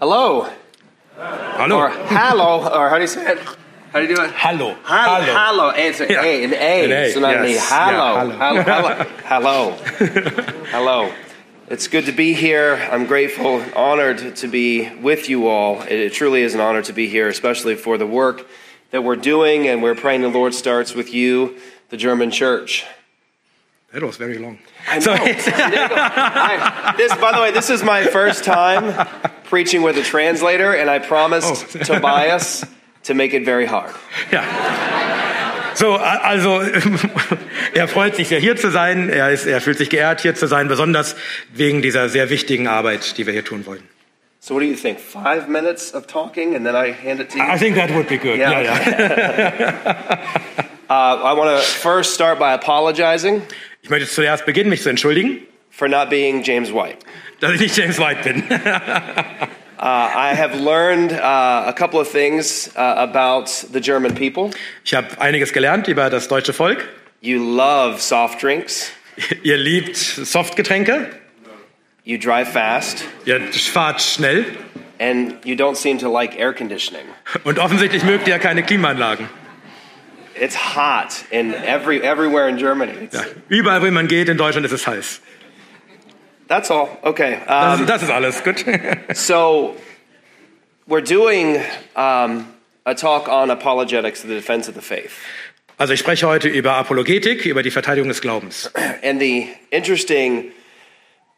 hello or Hallo. hello or how do you say it? How do you do it? Hello. Hal- hello. It's an Yeah. A, an A. An A, It's not an E. yes. Hello. Yeah, Hello. Hello. Hello. Hello. It's good to be here. I'm grateful, and honored to be with you all. It, it truly is an honor to be here, especially for the work that we're doing, and we're praying the Lord starts with you, the German church. That was very long. I know. I, this, by the way, this is my first time preaching with a translator, and I promised Oh. Tobias to make it very hard. Ja. So, a- also, er freut sich sehr, hier zu sein. Er, ist, er fühlt sich geehrt, hier zu sein, besonders wegen dieser sehr wichtigen Arbeit, die wir hier tun wollen. So, what do you think? Five minutes of talking, and then I hand it to you. I think that would be good. Yeah. Ja, ja. Uh, I want to first start by apologizing Ich möchte zuerst beginnen, mich zu entschuldigen, for not being James White. dass ich nicht James White bin. Uh, I have learned uh, a couple of things uh, about the German people. Ich habe einiges gelernt über das deutsche Volk. You love soft drinks, Ihr liebt Softgetränke, you drive fast, ihr fahrt schnell and you don't seem to like air conditioning. und offensichtlich mögt ihr keine Klimaanlagen. It's hot in every everywhere in Germany. It's- Ja. Überall, wo man geht, in Deutschland ist es heiß. That's all. Okay. Das, Um, Ähm, das ist alles, gut. so we're doing um, a talk on apologetics, the defense of the faith. Also ich spreche heute über Apologetik, über die Verteidigung des Glaubens. And the interesting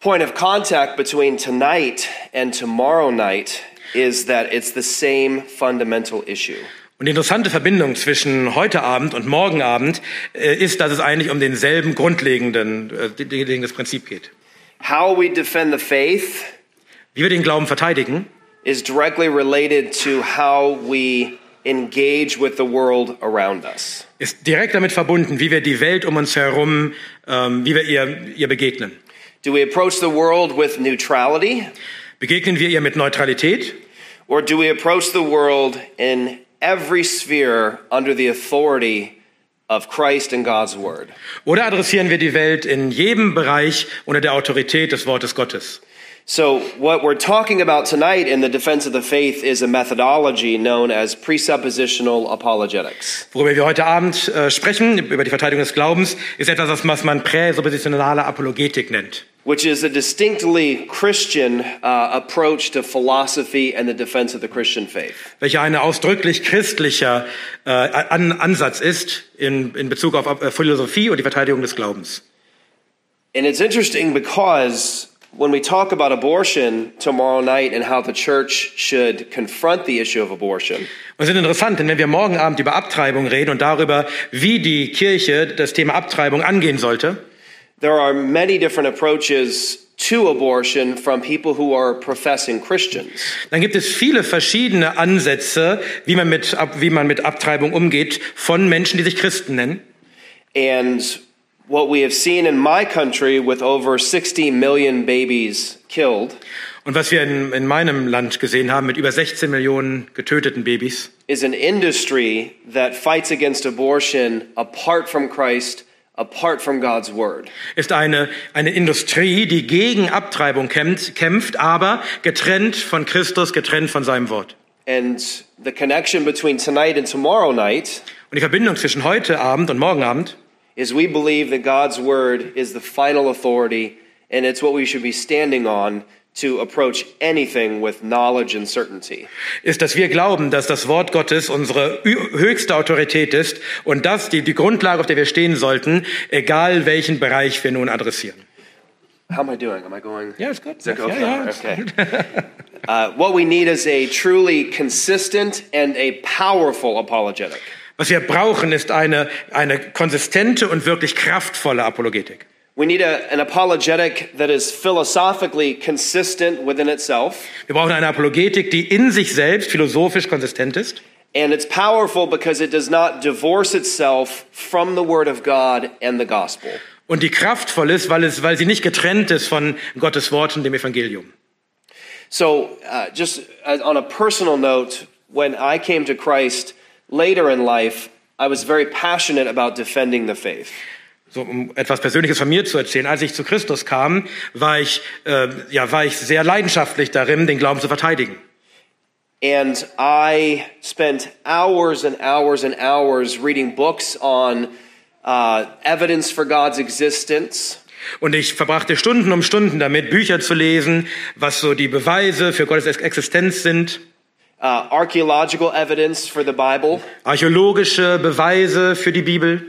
point of contact between tonight and tomorrow night is that it's the same fundamental issue. Und die interessante Verbindung zwischen heute Abend und morgen Abend äh, ist, dass es eigentlich um denselben grundlegenden äh, grundlegendes Prinzip geht. How we defend the faith Wie wir den Glauben verteidigen, is directly related to how we engage with the world around us. ist direkt damit verbunden, wie wir die Welt um uns herum, ähm, wie wir ihr, ihr begegnen. Do we approach the world with neutrality Begegnen wir ihr mit Neutralität Or do we approach the world in every sphere under the authority of Christ and God's Word? oder adressieren wir die Welt in jedem Bereich unter der Autorität des Wortes Gottes? So, what we're talking about tonight in the defense of the faith is a methodology known as presuppositional apologetics. Worüber wir heute Abend äh, sprechen, über die Verteidigung des Glaubens, ist etwas, das- was man präsuppositionale Apologetik nennt. Which is a distinctly Christian uh, approach to philosophy and the defense of the Christian faith. welcher eine ausdrücklich christlicher äh, An Ansatz ist in, in Bezug auf äh, Philosophie und die Verteidigung des Glaubens. And it's interesting because when we talk about abortion tomorrow night and how the church should confront the issue of abortion, Und es ist interessant, denn wenn wir morgen Abend über Abtreibung reden und darüber, wie die Kirche das Thema Abtreibung angehen sollte, There are many different approaches to abortion from people who are professing Christians. dann gibt es viele verschiedene Ansätze, wie man mit, Ab- wie man mit Abtreibung umgeht, von Menschen, die sich Christen nennen. And what we have seen in my country with over 60 million babies killed Und was wir in, in meinem Land gesehen haben, mit über 16 Millionen getöteten Babys, is an industry that fights against abortion apart from Christ, apart from God's word. ist eine, eine Industrie, die gegen Abtreibung kämpft, kämpft, aber getrennt von Christus, getrennt von seinem Wort. And the connection between tonight and tomorrow night Und die Verbindung zwischen heute Abend und morgen Abend is we believe that God's word is the final authority and it's what we should be standing on to approach anything with knowledge and certainty. ist, dass wir glauben, dass das Wort Gottes unsere ü- höchste Autorität ist und das die, die Grundlage, auf der wir stehen sollten, egal welchen Bereich wir nun adressieren. How am I doing? Am I going? Ja, ist gut. Is that Ja, okay? ja, ist okay. uh, what we need is a truly consistent and a powerful apologetic. Was wir brauchen, ist eine, eine konsistente und wirklich kraftvolle Apologetik. We need a, an apologetic that is philosophically consistent within itself, Wir brauchen eine Apologetik, die in sich selbst philosophisch konsistent ist and it's powerful because it does not divorce itself from the Word of God and the gospel. Und die kraftvoll ist, weil, es, weil sie nicht getrennt ist von Gottes Wort und dem Evangelium. So, uh, just as, on a personal note, when I came to Christ later in life, I was very passionate about defending the faith. So, um etwas Persönliches von mir zu erzählen. Als ich zu ähm, Christus kam, war ich, äh, ja, war ich sehr leidenschaftlich darin, den Glauben zu verteidigen. And I spent hours and hours and hours reading books on uh, evidence for God's existence. Und ich verbrachte Stunden um Stunden damit, Bücher zu lesen, was so die Beweise für Gottes Ex- Existenz sind, uh, archaeological evidence for the Bible, archäologische Beweise für die Bibel,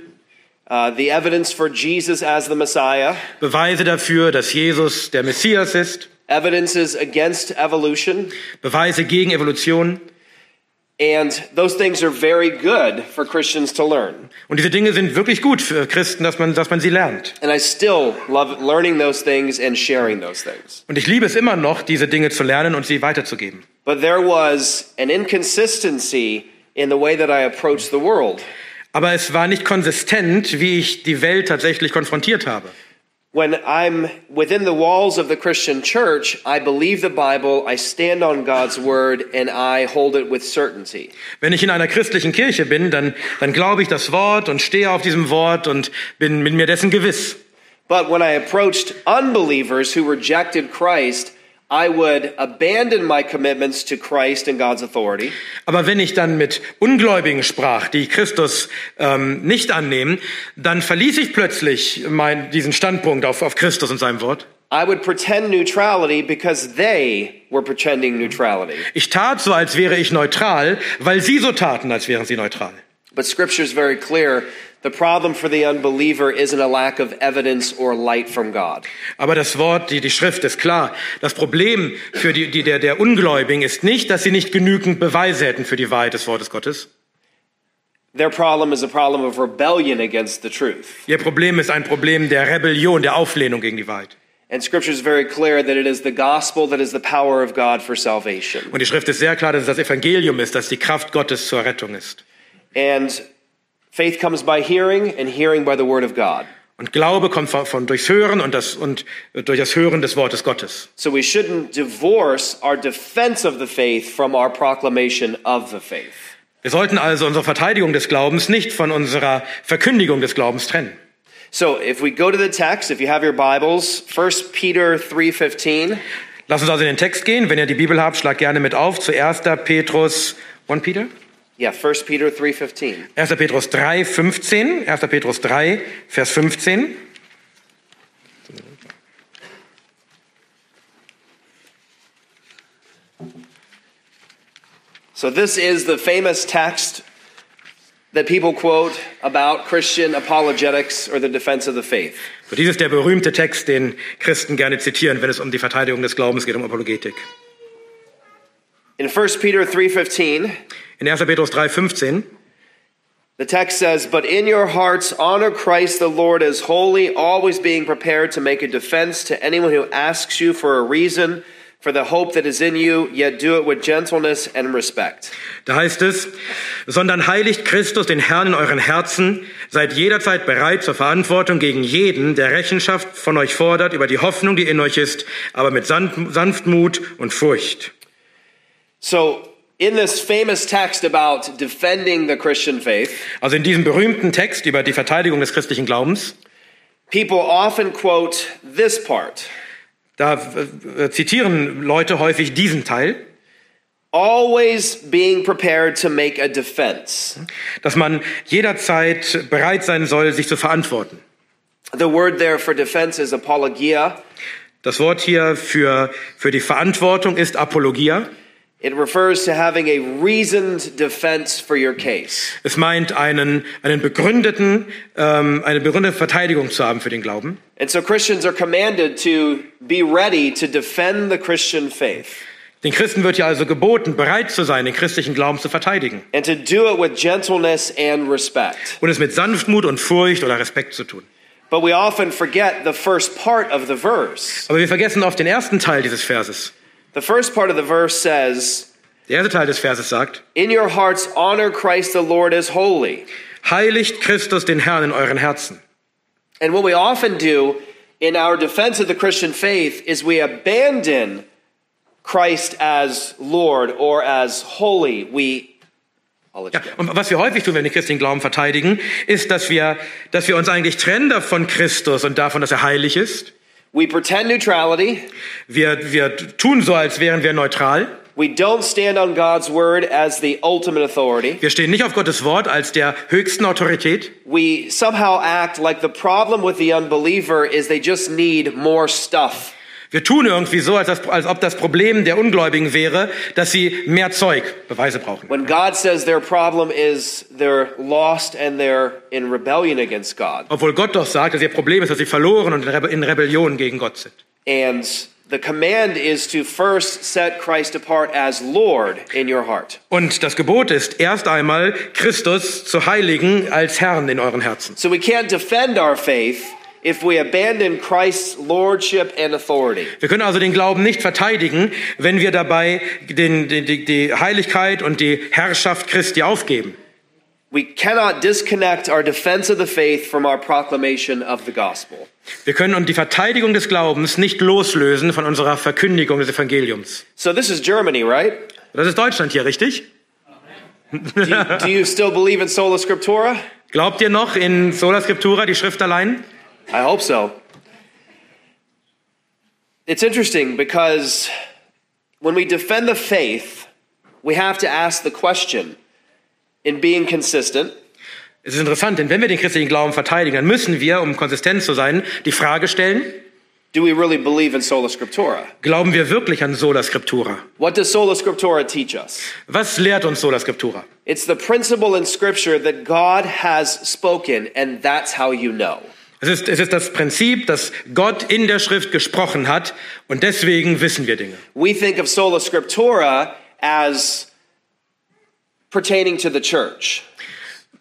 uh, the evidence for Jesus as the Messiah, Beweise dafür, dass Jesus der Messias ist, evidences against evolution, Beweise gegen Evolution. and those things are very good for Christians to learn. Und diese Dinge sind wirklich gut für Christen, dass man, dass man sie lernt. And I still love learning those things and sharing those things. Und ich liebe es immer noch, diese Dinge zu lernen und sie weiterzugeben. But there was an inconsistency in the way that I approached the world. Aber es war nicht konsistent, wie ich die Welt tatsächlich konfrontiert habe. When I'm within the walls of the Christian church, I believe the Bible, I stand on God's word, and I hold it with certainty. Wenn ich in einer christlichen Kirche bin, dann, dann glaube ich das Wort und stehe auf diesem Wort und bin mit mir dessen gewiss. But when I approached unbelievers who rejected Christ, I would abandon my commitments to Christ and God's authority, Aber wenn ich dann mit Ungläubigen sprach, die Christus ähm, nicht annehmen, dann verließ ich plötzlich mein, diesen Standpunkt auf, auf Christus und seinem Wort. I would pretend neutrality because they were pretending neutrality. Ich tat so, als wäre ich neutral, weil sie so taten, als wären sie neutral. But scripture is very clear. The problem for the unbeliever isn't a lack of evidence or light from God. Aber das Wort, die, die Schrift ist klar. Das Problem für die, die, der, der Ungläubigen ist nicht, dass sie nicht genügend Beweise hätten für die Wahrheit des Wortes Gottes. Their problem is a problem of rebellion against the truth. Ihr Problem ist ein Problem der Rebellion, der Auflehnung gegen die Wahrheit. And scripture is very clear that it is the gospel that is the power of God for salvation. Und die Schrift ist sehr klar, dass es das Evangelium ist, dass die Kraft Gottes zur Rettung ist. And faith comes by hearing, and hearing by the word of God. Und Glaube kommt von, von durchs Hören und, das, und äh, durch das Hören des Wortes Gottes. So we shouldn't divorce our defense of the faith from our proclamation of the faith. Wir sollten also unsere Verteidigung des Glaubens nicht von unserer Verkündigung des Glaubens trennen. So if we go to the text, if you have your Bibles, 1 Peter 3:15, Lass uns also in den Text gehen. Wenn ihr die Bibel habt, schlag gerne mit auf. Zu 1. Petrus, 1 Peter? yeah, 1 Peter 3:15. 1. Petrus 3, 15. 1. Petrus 3, Vers 15. So this is the famous text that people quote about Christian apologetics or the defense of the faith. So, dies ist der berühmte Text, den Christen gerne zitieren, wenn es um die Verteidigung des Glaubens geht, um Apologetik. In 1 Peter 3:15, In 1. Petrus 3, 15. The text says, But in your hearts honor Christ the Lord as holy, always being prepared to make a defense to anyone who asks you for a reason for the hope that is in you, yet do it with gentleness and respect. Da heißt es, sondern heiligt Christus den Herrn in euren Herzen, seid jederzeit bereit zur Verantwortung gegen jeden, der Rechenschaft von euch fordert über die Hoffnung, die in euch ist, aber mit Sanft- Sanftmut und Furcht. So, in this famous text about defending the Christian faith, Also in diesem berühmten Text über die Verteidigung des christlichen Glaubens, people often quote this part da äh, zitieren Leute häufig diesen Teil, always being prepared to make a defense. dass man jederzeit bereit sein soll, sich zu verantworten. The word there for defense is apologia. Das Wort hier für, für die Verantwortung ist Apologia. It refers to having a reasoned defense for your case. Es meint, einen, einen begründeten, ähm, eine begründete Verteidigung zu haben für den Glauben. And so Christians are commanded to be ready to defend the Christian faith Den Christen wird ja also geboten, bereit zu sein, den christlichen Glauben zu verteidigen and to do it with gentleness and respect. und es mit Sanftmut und Furcht oder Respekt zu tun. But we often forget the first part of the verse. Aber wir vergessen oft den ersten Teil dieses Verses. The first part of the verse says, Der erste Teil des Verses sagt, In your hearts honor Christ the Lord as holy. heiligt Christus den Herrn in euren Herzen. And what we often do in our defense of the Christian faith is we abandon Christ as Lord or as holy. We, I'll let you Ja, go. und was wir häufig tun, wenn wir den christlichen Glauben verteidigen, ist, dass wir, dass wir uns eigentlich trennen davon Christus und davon, dass er heilig ist. we pretend neutrality. Wir, wir tun so, als wären wir neutral. We don't stand on God's word as the ultimate authority. Wir stehen nicht auf Gottes Wort als der höchsten Autorität. We somehow act like the problem with the unbeliever is they just need more stuff. Wir tun irgendwie so, als, das, als ob das Problem der Ungläubigen wäre, dass sie mehr Zeug, Beweise brauchen. When God says their problem is they're lost and they're in rebellion against God. Obwohl Gott doch sagt, dass ihr Problem ist, dass sie verloren und in Rebe- in Rebellion gegen Gott sind. And the command is to first set Christ apart as Lord in your heart. Und das Gebot ist, erst einmal Christus zu heiligen als Herrn in euren Herzen. So we can't defend our faith if we abandon Christ's lordship and authority. Wir können also den Glauben nicht verteidigen, wenn wir dabei den, die- die, die Heiligkeit und die Herrschaft Christi aufgeben. We cannot disconnect our defense of the faith from our proclamation of the gospel. Wir können und die Verteidigung des Glaubens nicht loslösen von unserer Verkündigung des Evangeliums. So this is Germany, right? Das ist Deutschland hier, richtig? Do you, do you still believe in sola scriptura? Glaubt ihr noch in Sola Scriptura, die Schrift allein? I hope so. It's interesting because when we defend the faith, we have to ask the question in being consistent, Es ist interessant, denn wenn wir den christlichen Glauben verteidigen, dann müssen wir, um konsistent zu sein, die Frage stellen, do we really believe in sola scriptura? glauben wir wirklich an Sola Scriptura? What does sola scriptura teach us? Was lehrt uns Sola Scriptura? It's the principle in scripture that God has spoken and that's how you know. Es ist, es ist das Prinzip, dass Gott in der Schrift gesprochen hat und deswegen wissen wir Dinge. We think of sola scriptura as pertaining to the church.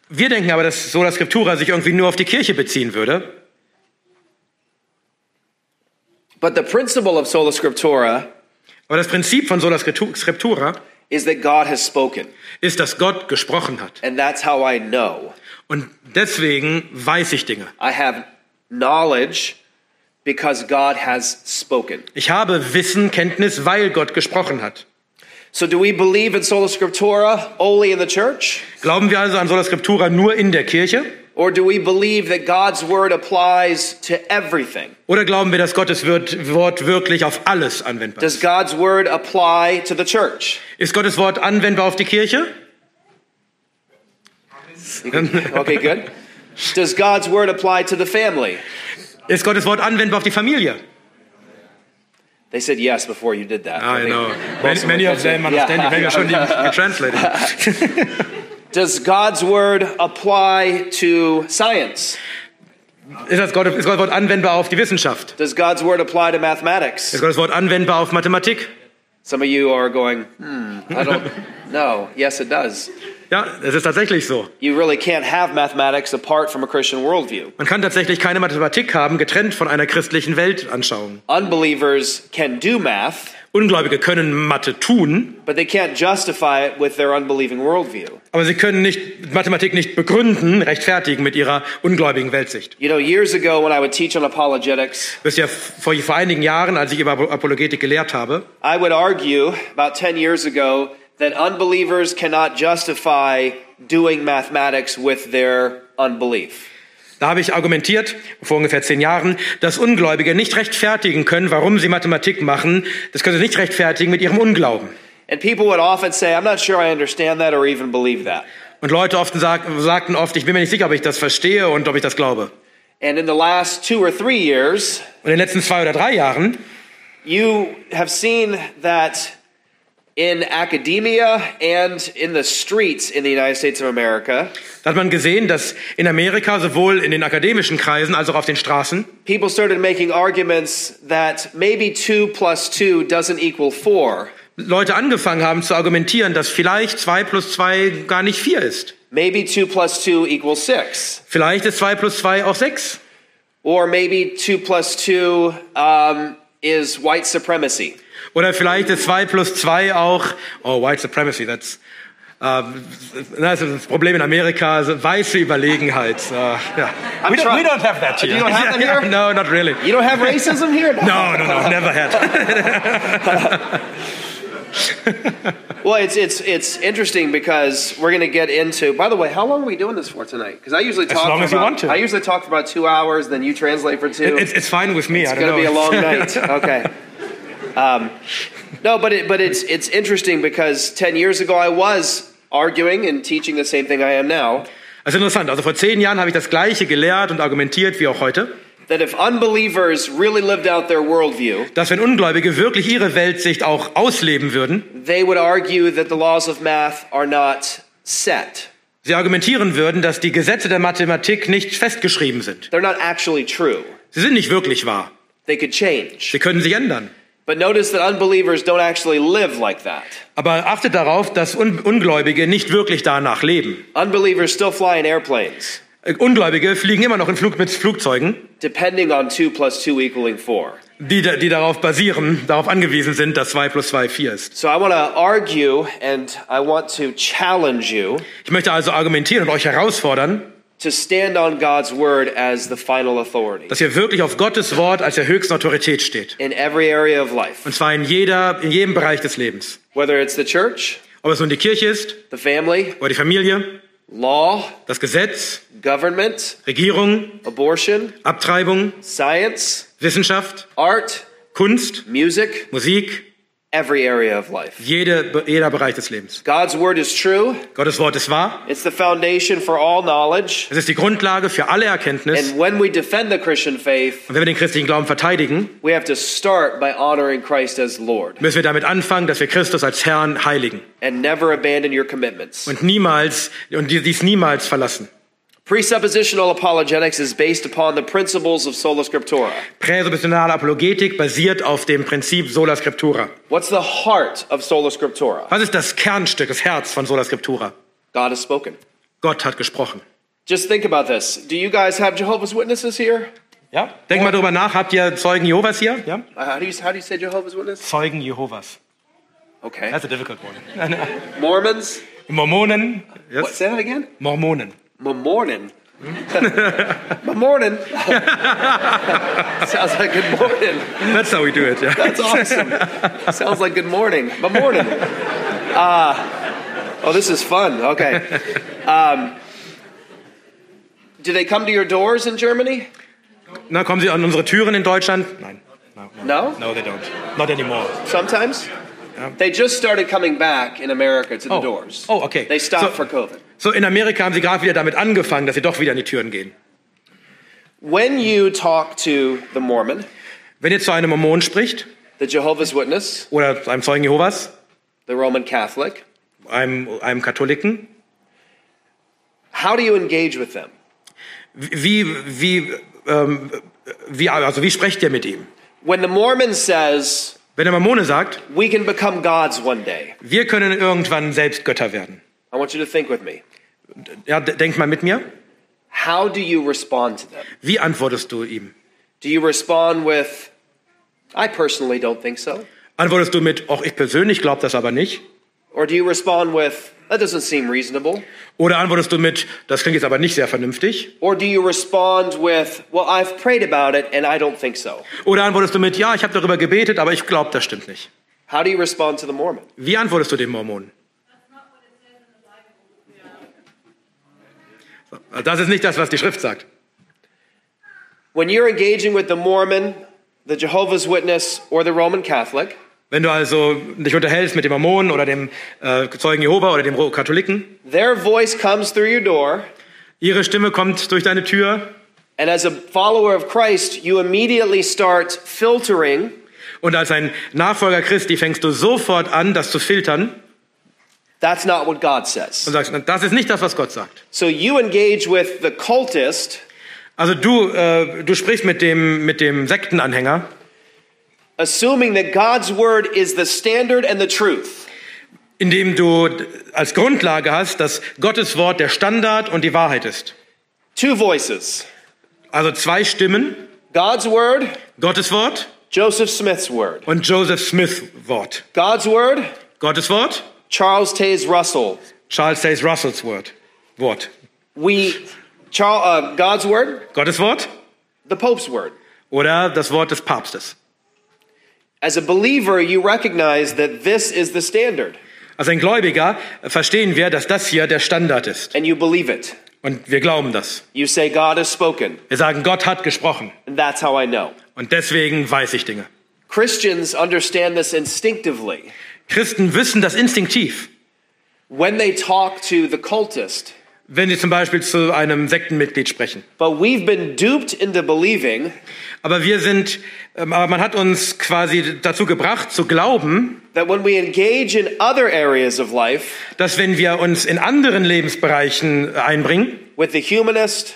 Wir denken aber, dass Sola Scriptura sich irgendwie nur auf die Kirche beziehen würde. But the principle of sola scriptura Aber das Prinzip von Sola Scriptu- Scriptura is that God has spoken. ist, dass Gott gesprochen hat. And that's how I know. Und deswegen weiß ich Dinge. I have knowledge because God has spoken. Ich habe Wissen, Kenntnis, weil Gott gesprochen hat. So, do we believe in sola scriptura only in the church? Glauben wir also an Sola Scriptura nur in der Kirche? Or do we believe that God's word applies to everything? Oder glauben wir, dass Gottes Wort Wort wirklich auf alles anwendbar Does ist? God's word apply to the church? Ist Gottes Wort anwendbar auf die Kirche? Okay, good. Does God's word apply to the family? Ist Gottes Wort anwendbar auf die Familie? They said yes before you did that. I think know. most them Many, many of said- them understand Yeah. you, wenn wir schon die die translated. Does God's word apply to science? Ist das Gott, ist Gottes Wort anwendbar auf die Wissenschaft? Does God's word apply to mathematics? Ist Gottes Wort anwendbar auf Mathematik? Some of you are going, hmm, I don't know. Yes, it does. Ja, es ist tatsächlich so. You really can't have mathematics apart from a Christian worldview. Man kann tatsächlich keine Mathematik haben, getrennt von einer christlichen Weltanschauung. Unbelievers can do math, Ungläubige können Mathe tun, but they can't justify it with their unbelieving worldview. aber sie können nicht, Mathematik nicht begründen, rechtfertigen mit ihrer ungläubigen Weltsicht. You know, years ago when I would teach on apologetics, Wisst ihr, vor, vor einigen Jahren, als ich über Apologetik gelehrt habe, I would argue about 10 years ago that unbelievers cannot justify doing mathematics with their unbelief. Da habe ich argumentiert, vor ungefähr zehn Jahren, dass Ungläubige nicht rechtfertigen können, warum sie Mathematik machen. Das können sie nicht rechtfertigen mit ihrem Unglauben. And people would often say, I'm not sure I understand that or even believe that. Und Leute oft sag, sagten oft, ich bin mir nicht sicher, ob ich das verstehe und ob ich das glaube. And in the last two or three years, Und in den letzten zwei oder drei Jahren You have seen that in academia and in the streets in the United States of America, da hat man gesehen, dass in Amerika sowohl in den akademischen Kreisen als auch auf den Straßen people started making arguments that maybe two plus two doesn't equal four. Leute angefangen haben zu argumentieren, dass vielleicht zwei plus zwei gar nicht vier ist. Maybe two plus two equals six. Vielleicht ist zwei plus zwei auch sechs. Or maybe two plus two um, is white supremacy. Oder vielleicht ist 2 plus 2 auch, oh, White Supremacy, that's, uh, das ist das Problem in Amerika, also weiße Überlegenheit. Uh, yeah. I'm we, don't, try- we don't have that here. You don't have that here? No, not really. You don't have racism here? No, no, no, never had. Well, it's, it's, it's interesting because we're going to get into. By the way, how long are we doing this for tonight? Because I usually talk. long for as you about- want to. I usually talk for about two hours, then you translate for two. It's, it's fine with me. I It's don't going to be a know. long night. Okay. Um, No, but it, but it's it's interesting because ten years ago I was arguing and teaching the same thing I am now. Also interessant, also vor zehn Jahren habe ich das Gleiche gelehrt und argumentiert wie auch heute, That if unbelievers really lived out their worldview, dass wenn Ungläubige wirklich ihre Weltsicht auch ausleben würden, they would argue that the laws of math are not set. sie argumentieren würden, dass die Gesetze der Mathematik nicht festgeschrieben sind. They're not actually true. Sie sind nicht wirklich wahr. They could change. Sie können sich ändern. But notice that unbelievers don't actually live like that. Aber achtet darauf, dass Un Ungläubige nicht wirklich danach leben. Unbelievers still fly in airplanes, Äh, Ungläubige fliegen immer noch in Flug mit Flugzeugen, depending on 2 plus 2 equaling 4. die, da- die darauf basieren, darauf angewiesen sind, dass 2 plus 2 4 ist. So I want to argue and I want to challenge you Ich möchte also argumentieren und euch herausfordern, to stand on God's word as the final authority dass ihr wirklich auf Gottes Wort als der höchsten Autorität steht. in every area of life, Und zwar in, jeder, in jedem Bereich des Lebens. whether it's the church, Ob es nun die Kirche ist, the family, oder die Familie, law, das Gesetz, government, Regierung, abortion, Abtreibung, science, Wissenschaft, art, Kunst, music, Musik, every area of life. jede, jeder Bereich des Lebens. God's word is true. Gottes Wort ist wahr. It's the foundation for all knowledge. Es ist die Grundlage für alle Erkenntnis. And when we defend the Christian faith, Und wenn wir den christlichen Glauben verteidigen, we have to start by honoring Christ as Lord müssen wir damit anfangen, dass wir Christus als Herrn heiligen and never abandon your commitments. und niemals und die- dies niemals verlassen. Presuppositional apologetics is based upon the principles of sola scriptura. Präsuppositionale Apologetik basiert auf dem Prinzip Sola Scriptura. What's the heart of sola scriptura? Was ist das Kernstück, das Herz von Sola Scriptura? God has spoken. Gott hat gesprochen. Just think about this. Do you guys have Jehovah's Witnesses here? Ja? Denk mal drüber nach. Habt ihr Zeugen Jehovas hier? Ja? Uh, how, do you, how do you say Jehovah's Witness? Zeugen Jehovas. Okay. That's a difficult one. Mormons? Mormonen. What, Yes. say that again? Mormonen. Morning. morning. Sounds like good morning. That's how we do it. Yeah. That's awesome. Sounds like good morning. But morning. Uh, oh, this is fun. Okay. Um, do they come to your doors in Germany? Na, kommen Sie an unsere Türen in Deutschland? Nein. No, No? No, they don't. Not anymore. Sometimes? They just started coming back in America to the Um, Oh. doors. Oh, okay. They stopped So- for COVID. So in Amerika haben sie gerade wieder damit angefangen, dass sie doch wieder an die Türen gehen. When you talk to the Mormon, Wenn ihr zu einem Mormon spricht the Jehovah's Witness, oder zu einem Zeugen Jehovas, the Roman Catholic, einem, einem Katholiken, how do you engage with them? wie, wie, ähm, wie, also wie sprecht ihr mit ihm? When the Mormon says, Wenn der Mormone sagt, we can become gods one day, wir können irgendwann selbst Götter werden. I want you to think with me. Ja, d- denk mal mit mir. How do you respond to them? Wie antwortest du ihm? Do you respond with, I personally don't think so? Antwortest du mit, auch ich persönlich glaube das aber nicht? Or do you respond with, that doesn't seem reasonable? Oder antwortest du mit, das klingt jetzt aber nicht sehr vernünftig? Or do you respond with, well, I've prayed about it and I don't think so? Oder antwortest du mit, ja, ich habe darüber gebetet, aber ich glaube, das stimmt nicht? How do you respond to the Mormon? Wie antwortest du dem Mormonen? Also Das ist nicht das, was die Schrift sagt. When you're engaging with the Mormon, the Jehovah's Witness, or the Roman Catholic, Wenn du also dich unterhältst mit dem Mormonen oder dem äh, Zeugen Jehova oder dem Ro- Katholiken, their voice comes through your door, ihre Stimme kommt durch deine Tür and as a follower of Christ, you immediately start filtering und als ein Nachfolger Christi fängst du sofort an, das zu filtern That's not what God und says. sagst, das ist nicht das, was Gott sagt. So you engage with the cultist, Also du, äh, du sprichst mit dem, mit dem Sektenanhänger, assuming that God's word is the standard and the truth. indem du d- als Grundlage hast, dass Gottes Wort der Standard und die Wahrheit ist. Two voices Also zwei Stimmen, God's word, Gottes Wort Joseph Smith's word. und Joseph Smith Wort. God's word, Gottes Wort, Charles Taze Russell. Charles Says Russells Word. Wort. We, Charles, uh, God's word, Gottes Wort the Pope's word. oder das Wort des Papstes. As a believer, you recognize that this is the standard Als ein Gläubiger verstehen wir, dass das hier der Standard ist. and you believe it. Und wir glauben das. You say, God has spoken, Wir sagen, Gott hat gesprochen. and that's how I know. Und deswegen weiß ich Dinge. Christians understand this instinctively. Christen wissen das instinktiv. when they talk to the cultist. Wenn sie zum Beispiel zu einem Sektenmitglied sprechen. But we've been duped into believing Aber wir sind, ähm, aber man hat uns quasi dazu gebracht, zu glauben, that when we engage in other areas of life dass wenn wir uns in anderen Lebensbereichen einbringen, with the humanist,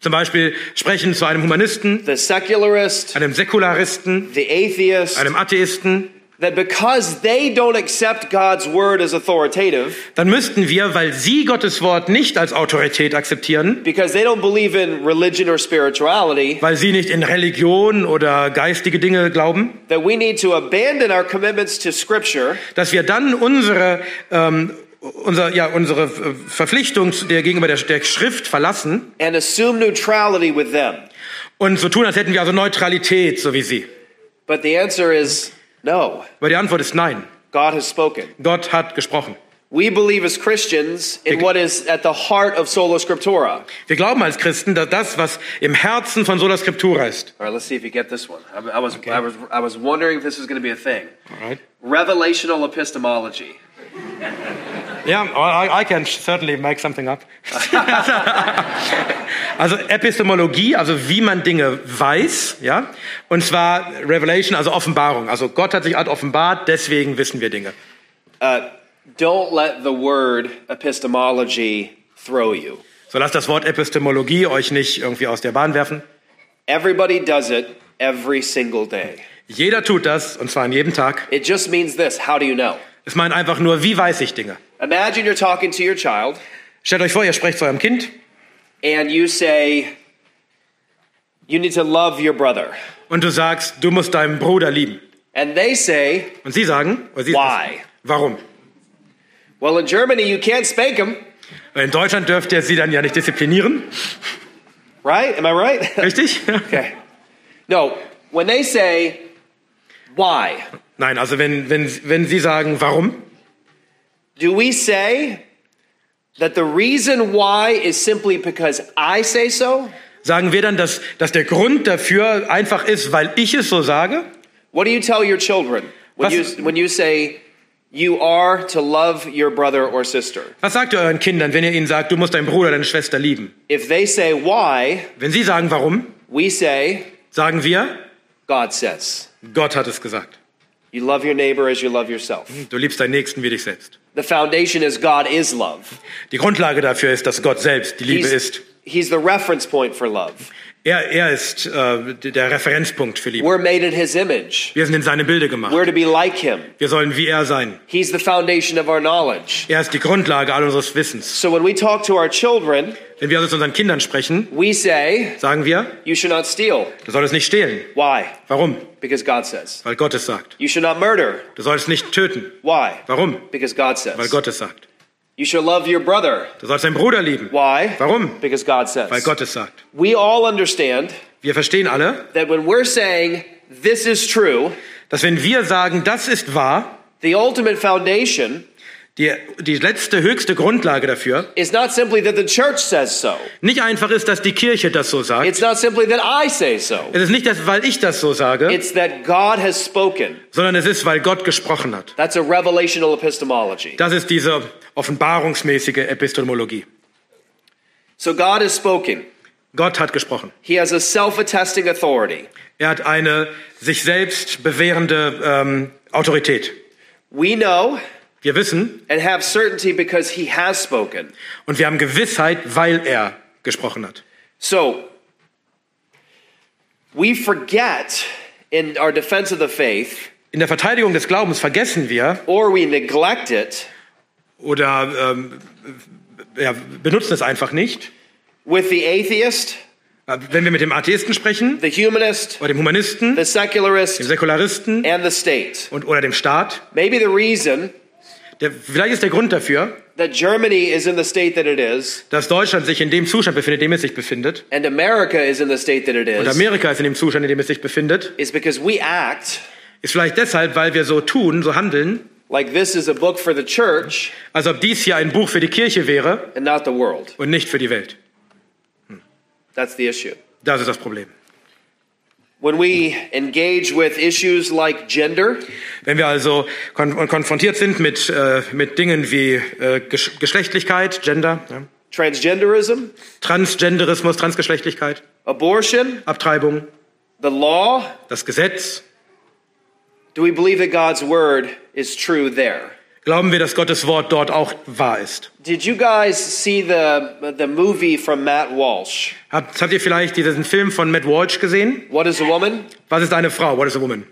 zum Beispiel sprechen zu einem Humanisten, the secularist, einem Säkularisten, the atheist, einem Atheisten, that because they don't accept God's word as authoritative, dann müssten wir, weil sie Gottes Wort nicht als Autorität akzeptieren, because they don't believe in religion or spirituality, weil sie nicht in Religion oder geistige Dinge glauben, that we need to abandon our commitments to Scripture dass wir dann unsere, ähm, unser, ja, unsere äh, Verpflichtung zu- der gegenüber der, der Schrift verlassen and assume neutrality with them. und so tun, als hätten wir also Neutralität, so wie sie. But the answer is no. Aber die Antwort ist nein. God has spoken. Gott hat gesprochen. We believe as Christians in what is at the heart of Sola Scriptura. All Wir glauben als Christen, dass das, was im Herzen von Sola Scriptura ist, right, let's see if you get this one. I, I was, I, was, I was wondering if this was going to be a thing. Alright. Revelational epistemology. Ja, I, I can certainly make something up. also Epistemologie, also wie man Dinge weiß, ja. Und zwar Revelation, also Offenbarung. Also Gott hat sich halt offenbart, deswegen wissen wir Dinge. Uh, don't let the word epistemology throw you. So lasst das Wort Epistemologie euch nicht irgendwie aus der Bahn werfen. Everybody does it every single day. Jeder tut das, und zwar an jedem Tag. It just means this how do you know? Es meint einfach nur, wie weiß ich Dinge. Imagine you're talking to your child Stellt euch vor, ihr sprecht zu eurem Kind and you say, You need to love your brother. und du sagst, du musst deinen Bruder lieben. And they say, Und sie sagen, oder sie Why? warum? Well, in Germany, you can't spank him, In Deutschland dürft ihr sie dann ja nicht disziplinieren, right? Am I right? richtig? Okay. No, when they say why, Nein, also wenn, wenn, wenn sie sagen, warum, do we say that the reason why is simply because I say so? sagen wir dann, dass, dass der Grund dafür einfach ist, weil ich es so sage? What do you tell your children when, you, Was- when you say you are to love your brother or sister? Was sagt ihr euren Kindern, wenn ihr ihnen sagt, du musst deinen Bruder, deine Schwester lieben? If they say why, Wenn sie sagen, warum, we say sagen wir, God says. Gott hat es gesagt. You love your neighbor as you love yourself. Du liebst deinen Nächsten wie dich selbst. The foundation is God is love. Die Grundlage dafür ist, dass Gott selbst die Liebe He's, ist. he's the reference point for love. Er, er ist äh, der Referenzpunkt für Liebe. We're made in his image. Wir sind in seine Bilder gemacht. We're to be like him. Wir sollen wie er sein. He's the foundation of our knowledge. Er ist die Grundlage all unseres Wissens. So when we talk to our children, Wenn wir also zu unseren Kindern sprechen, we say, sagen wir, You should not steal. du solltest nicht stehlen. Why? Warum? Because God says. Weil Gott es sagt. You should not murder. Du solltest nicht töten. Why? Warum? Because God Weil says. Gott es sagt. You should love your brother. Du sollst deinen Bruder lieben. Why? Warum? Because God Weil says. Gott es sagt. We all understand Wir verstehen alle, that when we're saying this is true, dass wenn wir sagen, das ist wahr, the ultimate foundation die, die letzte, höchste Grundlage dafür is not simply that the church says so. nicht einfach ist, dass die Kirche das so sagt. It's not simply that I say so. Es ist nicht, dass, weil ich das so sage, It's that God has spoken. sondern es ist, weil Gott gesprochen hat. That's a revelational epistemology. Das ist diese offenbarungsmäßige Epistemologie. So God has spoken. Gott hat gesprochen. He has a self attesting authority. Er hat eine sich selbst bewährende ähm, Autorität. We know Wir wissen and have certainty because He has spoken. und wir haben Gewissheit, weil er gesprochen hat. So we forget in our defense of the faith, In der Verteidigung des Glaubens vergessen wir or we neglect it oder ähm, ja, benutzen es einfach nicht. Äh, with the atheist, Wenn wir mit dem Atheisten sprechen, the humanist, oder dem Humanisten, the dem secularist, Säkularisten and the state. und, oder dem Staat, Maybe the reason der, vielleicht ist der Grund dafür, that Germany is in the state that it is dass Deutschland sich in dem Zustand befindet, in dem es sich befindet, and America is in the state that it und is Amerika ist in dem Zustand, in dem es sich befindet, is because we act ist vielleicht deshalb, weil wir so tun, so handeln, like this is a book for the church als ob dies hier ein Buch für die Kirche wäre and not the world. und nicht für die Welt. That's the issue. Das ist das Problem. When we engage with issues like gender, Wenn wir also kon konfrontiert sind mit, äh, mit Dingen wie äh, Gesch Geschlechtlichkeit, Gender, ja, transgenderism, Transgenderismus, Transgeschlechtlichkeit, abortion, Abtreibung, the law, das Gesetz, do we believe that God's word is true there? glauben wir, dass Gottes Wort dort auch wahr ist. Did you guys see the, the movie from Matt Walsh? Habt, habt ihr vielleicht diesen Film von Matt Walsh gesehen? What is a Woman? Was ist eine Frau? What is a woman?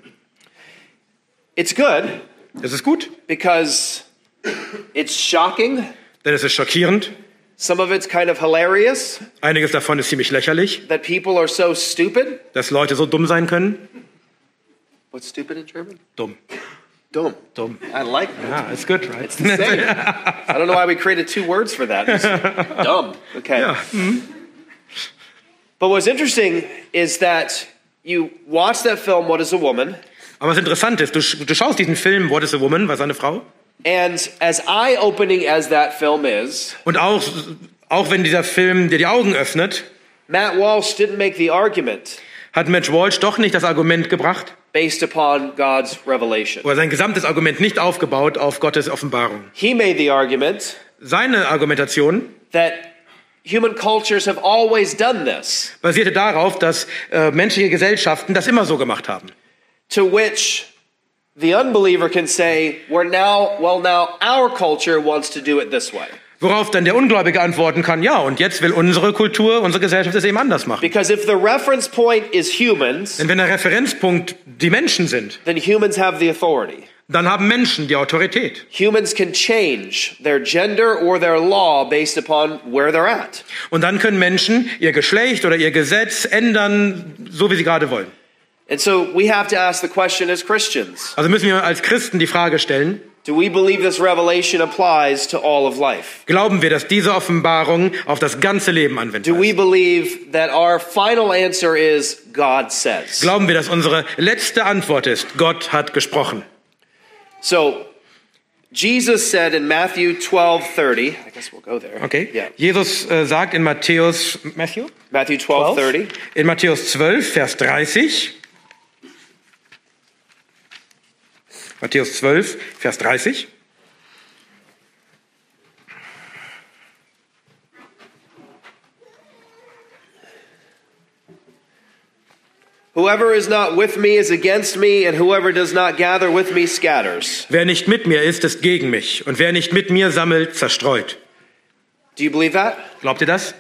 It's good Das ist gut, because it's shocking. denn es ist schockierend. Some of it's kind of hilarious Einiges davon ist ziemlich lächerlich, that people are so stupid. dass Leute so dumm sein können. What's stupid in German? Dumm, Dumb. dumm. I like that. Ah, it's good, right? It's the same. I don't know why we created two words for that. It's dumb. Okay. Ja. But what's interesting is that you watch that film, What is a Woman? Aber was interessant ist, du, sch- du schaust diesen Film What is a Woman, was ist eine Frau? And as eye opening as that film is, Und auch, auch wenn dieser Film dir die Augen öffnet, Matt Walsh didn't make the argument hat Matt Walsh doch nicht das Argument gebracht based upon God's revelation. oder sein gesamtes Argument nicht aufgebaut auf Gottes Offenbarung. He made the argument Seine Argumentation that human cultures have always done this, basierte darauf, dass äh, menschliche Gesellschaften das immer so gemacht haben. to which the unbeliever can say, We're now, well, now our culture wants to do it this way. Worauf dann der Ungläubige antworten kann, ja, und jetzt will unsere Kultur, unsere Gesellschaft es eben anders machen. Because if the reference point is humans, Denn wenn der Referenzpunkt die Menschen sind, then humans have the authority. dann haben Menschen die Autorität. Humans can change their gender or their law based upon where they're at. Und dann können Menschen ihr Geschlecht oder ihr Gesetz ändern, so wie sie gerade wollen. And so we have to ask the question as Christians Also müssen wir als Christen die Frage stellen, do we believe this revelation applies to all of life? glauben wir, dass diese Offenbarung auf das ganze Leben Do anwendbar ist? we believe that our final answer is God says? Glauben wir, dass unsere letzte Antwort ist, Gott hat gesprochen. So Jesus said in Matthew 12 30, I guess we'll go there. Okay? Yeah. Jesus äh, sagt in Matthäus, Matthew? Matthew 12 30. In Matthäus 12, Vers 30. Matthäus 12, Vers 30. Whoever is not with me is against me, and whoever does not gather with me scatters. Wer nicht mit mir ist, ist gegen mich. Und wer nicht mit mir sammelt, zerstreut. Do you believe that? Glaubt ihr das?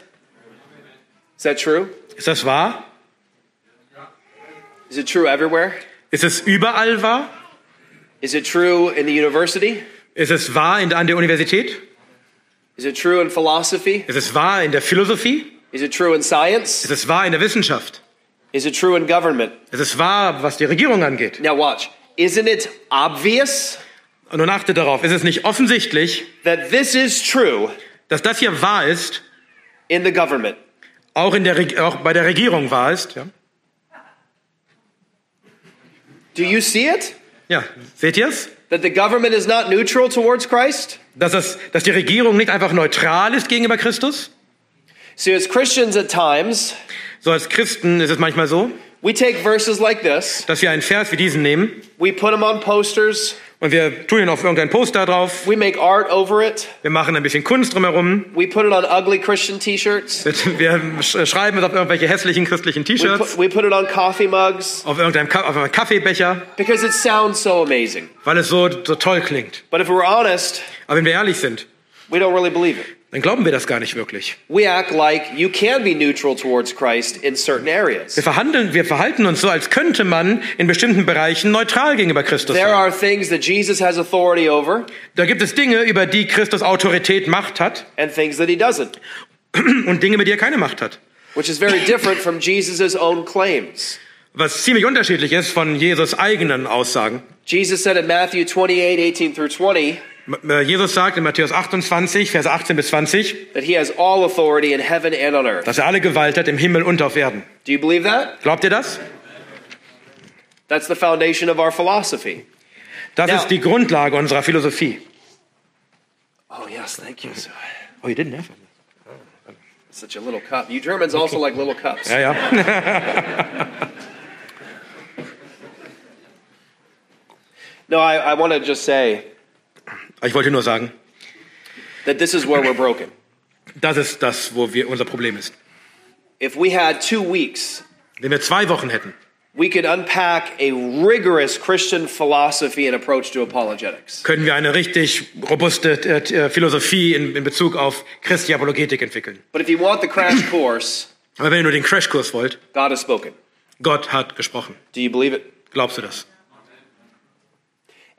Is that true? Ist das wahr? Is it true everywhere? Ist es überall wahr? Is it true in the university? Ist es wahr in, an der Universität? Is it true in philosophy? Ist es wahr in der Philosophie? Is it true in science? Ist es wahr in der Wissenschaft? Is it true in government? Ist es wahr, was die Regierung angeht? Now, watch. Isn't it obvious Und nun achte darauf, ist es nicht offensichtlich, that this is true dass das hier wahr ist, in the government? auch, in der, Reg- auch bei der Regierung wahr ist? Ja. Do you see it? ja, seht ihr es? That the government is not neutral towards Christ? Dass, das, dass die Regierung nicht einfach neutral ist gegenüber Christus? See, as Christians at times, So als Christen ist es manchmal so, we take verses like this, dass wir einen Vers wie diesen nehmen we put them on posters, und wir tun ihn auf irgendein Poster drauf, we make art over it, wir machen ein bisschen Kunst drumherum, we put it on ugly Christian t shirts, wir sch- schreiben es auf irgendwelche hässlichen christlichen we, put- T-Shirts, we put it on coffee mugs auf irgendeinem Ka auf einem Kaffeebecher, because it sounds so amazing. weil es so, so toll klingt. But if we're honest, Aber wenn wir ehrlich sind, we don't really believe it. dann glauben wir das gar nicht wirklich. We act like you can be neutral towards Christ in certain areas. Wir, verhandeln, wir verhalten uns so, als könnte man in bestimmten Bereichen neutral gegenüber Christus There sein. are things that Jesus has authority over Da gibt es Dinge, über die Christus Autorität Macht hat and things that he doesn't, und Dinge, über die er keine Macht hat. which is very different from Jesus' own claims. Was ziemlich unterschiedlich ist von Jesus eigenen Aussagen. Jesus said in Matthew 28 18 through 20 M- äh, Jesus sagt in Matthäus 28, Verse 18 bis 20, that he has all authority in heaven and on earth. dass er alle Gewalt hat im Himmel und auf Erden. Do you believe that? Glaubt ihr das? That's the foundation of our philosophy. Das Ja. ist die Grundlage unserer Philosophie. Oh, yes, thank you. So, Oh, you didn't have such a little cup. You Germans also like little cups. Ja, ja. No, I, I want to just say Ich wollte nur sagen, that this is where we're broken. das ist das, wo wir, unser Problem ist. If we had two weeks, Wenn wir zwei Wochen hätten, we could unpack a rigorous Christian philosophy and approach to apologetics. können wir eine richtig robuste äh, äh, Philosophie in, in Bezug auf christliche Apologetik entwickeln. But if you want the crash course, Aber wenn ihr nur den Crashkurs wollt, God has spoken. Gott hat gesprochen. Do you believe it? Glaubst du das?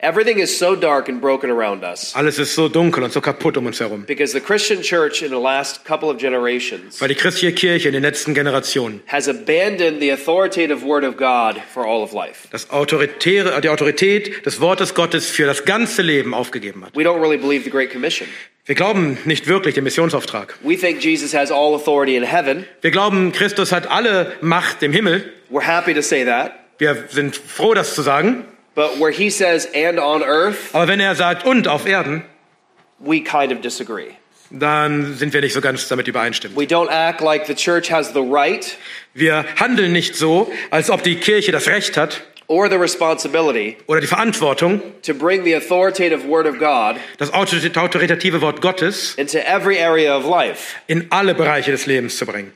Everything is so dark and broken around us Alles ist so dunkel und so kaputt um uns herum. because the Christian church in the last couple of generations Weil die christliche Kirche in den letzten Generationen has abandoned the authoritative word of God for all of life. das autoritäre, die Autorität des Wortes Gottes für das ganze Leben aufgegeben hat. We don't really believe the Great Commission. Wir glauben nicht wirklich den Missionsauftrag. We think Jesus has all authority in heaven. Wir glauben, Christus hat alle Macht im Himmel. We're happy to say that. Wir sind froh, das zu sagen. But where he says, and on earth, Aber wenn er sagt, und auf Erden, we kind of disagree. dann sind wir nicht so ganz damit übereinstimmend. We don't act like the church has the right Wir handeln nicht so, als ob die Kirche das Recht hat or the responsibility oder die Verantwortung, to bring the authoritative word of God das autor- autoritative Wort Gottes into every area of life. in alle Bereiche des Lebens zu bringen.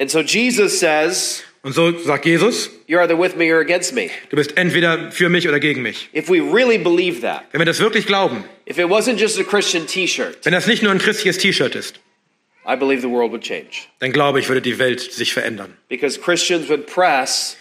And so Jesus says, Und so sagt Jesus, You're either with me or against me. du bist entweder für mich oder gegen mich. If we really believe that, Wenn wir das wirklich glauben, if it wasn't just a Christian t shirt, wenn das nicht nur ein christliches T-Shirt ist, I believe the world would change. dann glaube ich, würde die Welt sich verändern. Because Christians would press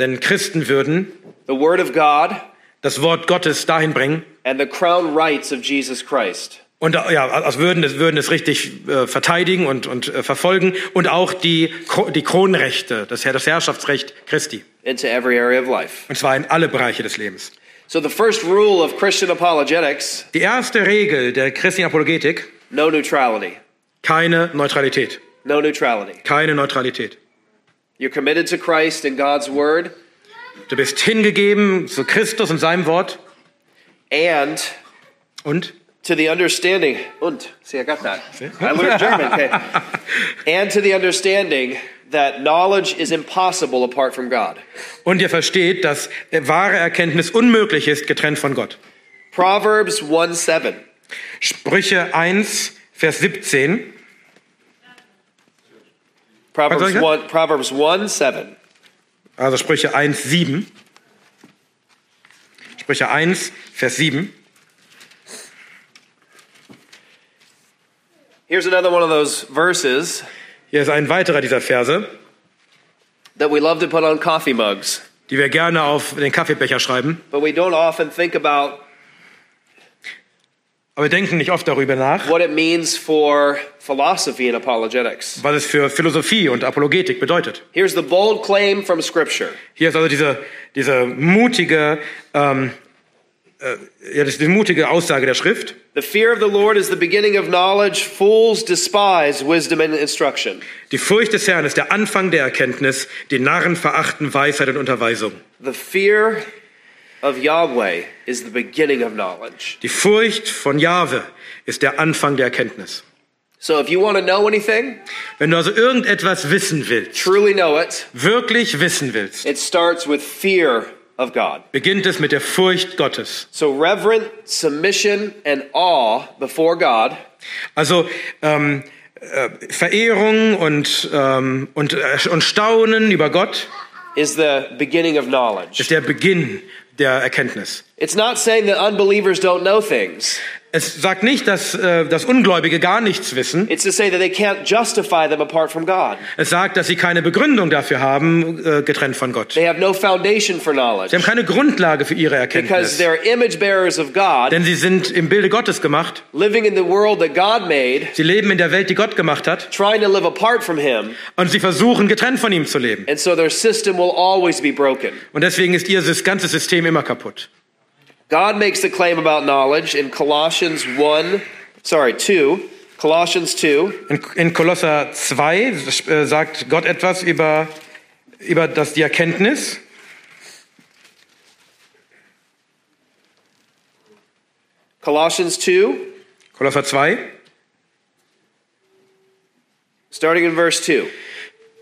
Denn Christen würden the word of God das Wort Gottes dahin bringen and the crown rights of Jesus Christ und äh, ja, also würden es, würden es richtig äh, verteidigen und, und äh, verfolgen und auch die, Kro- die Kronrechte, das, Herr- das Herrschaftsrecht Christi. into every area of life. Und zwar in alle Bereiche des Lebens. So the first rule of Christian apologetics Die erste Regel der christlichen Apologetik, no neutrality. keine Neutralität. No neutrality. Keine Neutralität. You're committed to Christ and God's word, Du bist hingegeben zu Christus und seinem Wort and und to the understanding. Und see, I got that. I learned German. Okay. And to the understanding that knowledge is impossible apart from God. und ihr versteht, dass äh, wahre Erkenntnis unmöglich ist, getrennt von Gott. Proverbs 1 7. Sprüche 1, Vers 17. Proverbs Was soll ich 1, Proverbs 1 7. Also Sprüche 1, 7. Sprüche 1, Vers 7. Here's another one of those verses Hier ist ein weiterer dieser Verse, that we love to put on coffee mugs, die wir gerne auf den Kaffeebecher schreiben. but we don't often think about Aber wir denken nicht oft darüber nach, what it means for philosophy and apologetics. was es für Philosophie und Apologetik bedeutet. Here's the bold claim from Scripture Hier ist also diese, diese mutige, ähm, äh, ja, das- diese mutige Aussage der Schrift. The fear of the Lord is the beginning of knowledge. Fools despise wisdom and instruction. Die Furcht des Herrn ist der Anfang der Erkenntnis. Die Narren verachten Weisheit und Unterweisung. The fear of Yahweh is the beginning of knowledge. Die Furcht von Jahwe ist der Anfang der Erkenntnis. So if you want to know anything, Wenn du also irgendetwas wissen willst, truly know it, wirklich wissen willst, it starts with fear of God. beginnt es mit der Furcht Gottes. So reverent submission and awe before God Also ähm, äh, Verehrung und, ähm, und, äh, und Staunen über Gott is the beginning of knowledge. ist der Beginn der Erkenntnis. It's not saying that unbelievers don't know things. Es sagt nicht, dass, äh, dass Ungläubige gar nichts wissen. It's to say that they can't justify them apart from God. Es sagt, dass sie keine Begründung dafür haben, äh, getrennt von Gott. They have no foundation for knowledge Sie haben keine Grundlage für ihre because Erkenntnis. they're image bearers of God, Denn sie sind im Bilde Gottes gemacht. living in the world that God made, Sie leben in der Welt, die Gott gemacht hat. trying to live apart from Him, Und sie versuchen, getrennt von ihm zu leben. and so their system will always be broken. Und deswegen ist ihr das ganze System immer kaputt. God makes the claim about knowledge in Colossians 1, sorry, 2, Colossians 2, In, in Kolosser 2 äh, sagt Gott etwas über, über das, die Erkenntnis. Colossians 2, Kolosser 2 starting in verse 2.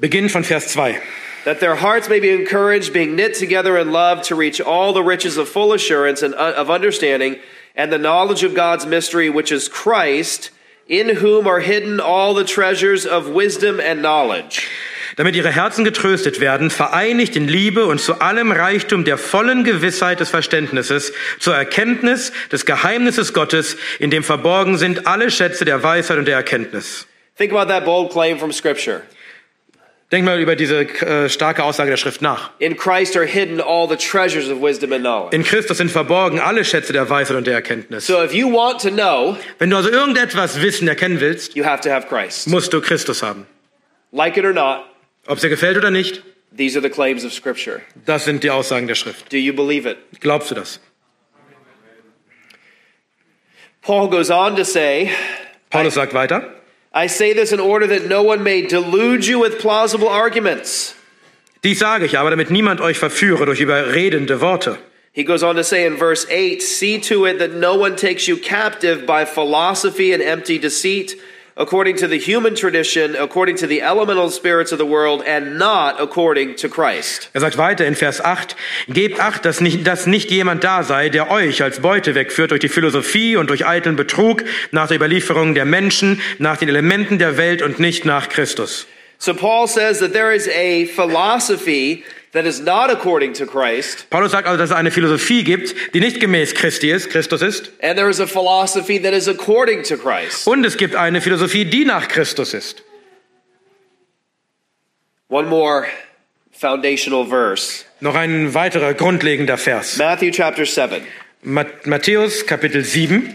beginnt von Vers 2. that their hearts may be encouraged, being knit together in love to reach all the riches of full assurance and uh, of understanding and the knowledge of God's mystery, which is Christ, in whom are hidden all the treasures of wisdom and knowledge. damit ihre Herzen getröstet werden, vereinigt in Liebe und zu allem Reichtum der vollen Gewissheit des Verständnisses, zur Erkenntnis des Geheimnisses Gottes, in dem verborgen sind alle Schätze der Weisheit und der Erkenntnis. Think about that bold claim from Scripture. Denk mal über diese äh, starke Aussage der Schrift nach. In Christ are hidden all the treasures of wisdom and knowledge. In Christus sind verborgen alle Schätze der Weisheit und der Erkenntnis. So if you want to know, Wenn du also irgendetwas wissen, erkennen willst, you have to have Christ. musst du Christus haben. Like it or not, Ob's dir gefällt oder nicht, these are the claims of Scripture. das sind die Aussagen der Schrift. Do you believe it? Glaubst du das? Paul goes on to say, Paulus sagt weiter. I say this in order that no one may delude you with plausible arguments. Dies sage ich aber, damit niemand euch verführe durch überredende Worte. He goes on to say in verse 8 See to it that no one takes you captive by philosophy and empty deceit, according to the human tradition, according to the elemental spirits of the world, and not according to Christ. Er sagt weiter in Vers 8, Gebt acht, dass nicht, dass nicht jemand da sei, der euch als Beute wegführt durch die Philosophie und durch eiteln Betrug, nach der Überlieferung der Menschen, nach den Elementen der Welt und nicht nach Christus. So Paul says that there is a philosophy that is not according to Christ, Paulus sagt also, dass es eine Philosophie gibt, die nicht gemäß Christi ist, Christus ist, and there is a philosophy that is according to Christ. und es gibt eine Philosophie, die nach Christus ist. One more foundational verse Noch ein weiterer grundlegender Vers. Matthew chapter 7. Mat- Matthäus Kapitel 7.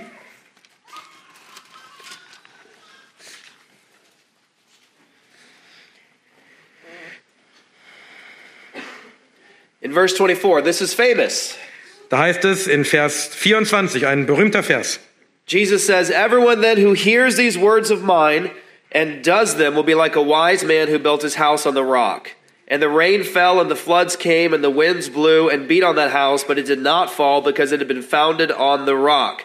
In verse 24, this is famous. Da heißt es in Vers 24, ein berühmter Vers. Jesus says, Everyone then who hears these words of mine and does them will be like a wise man who built his house on the rock. And the rain fell, and the floods came, and the winds blew and beat on that house, but it did not fall because it had been founded on the rock.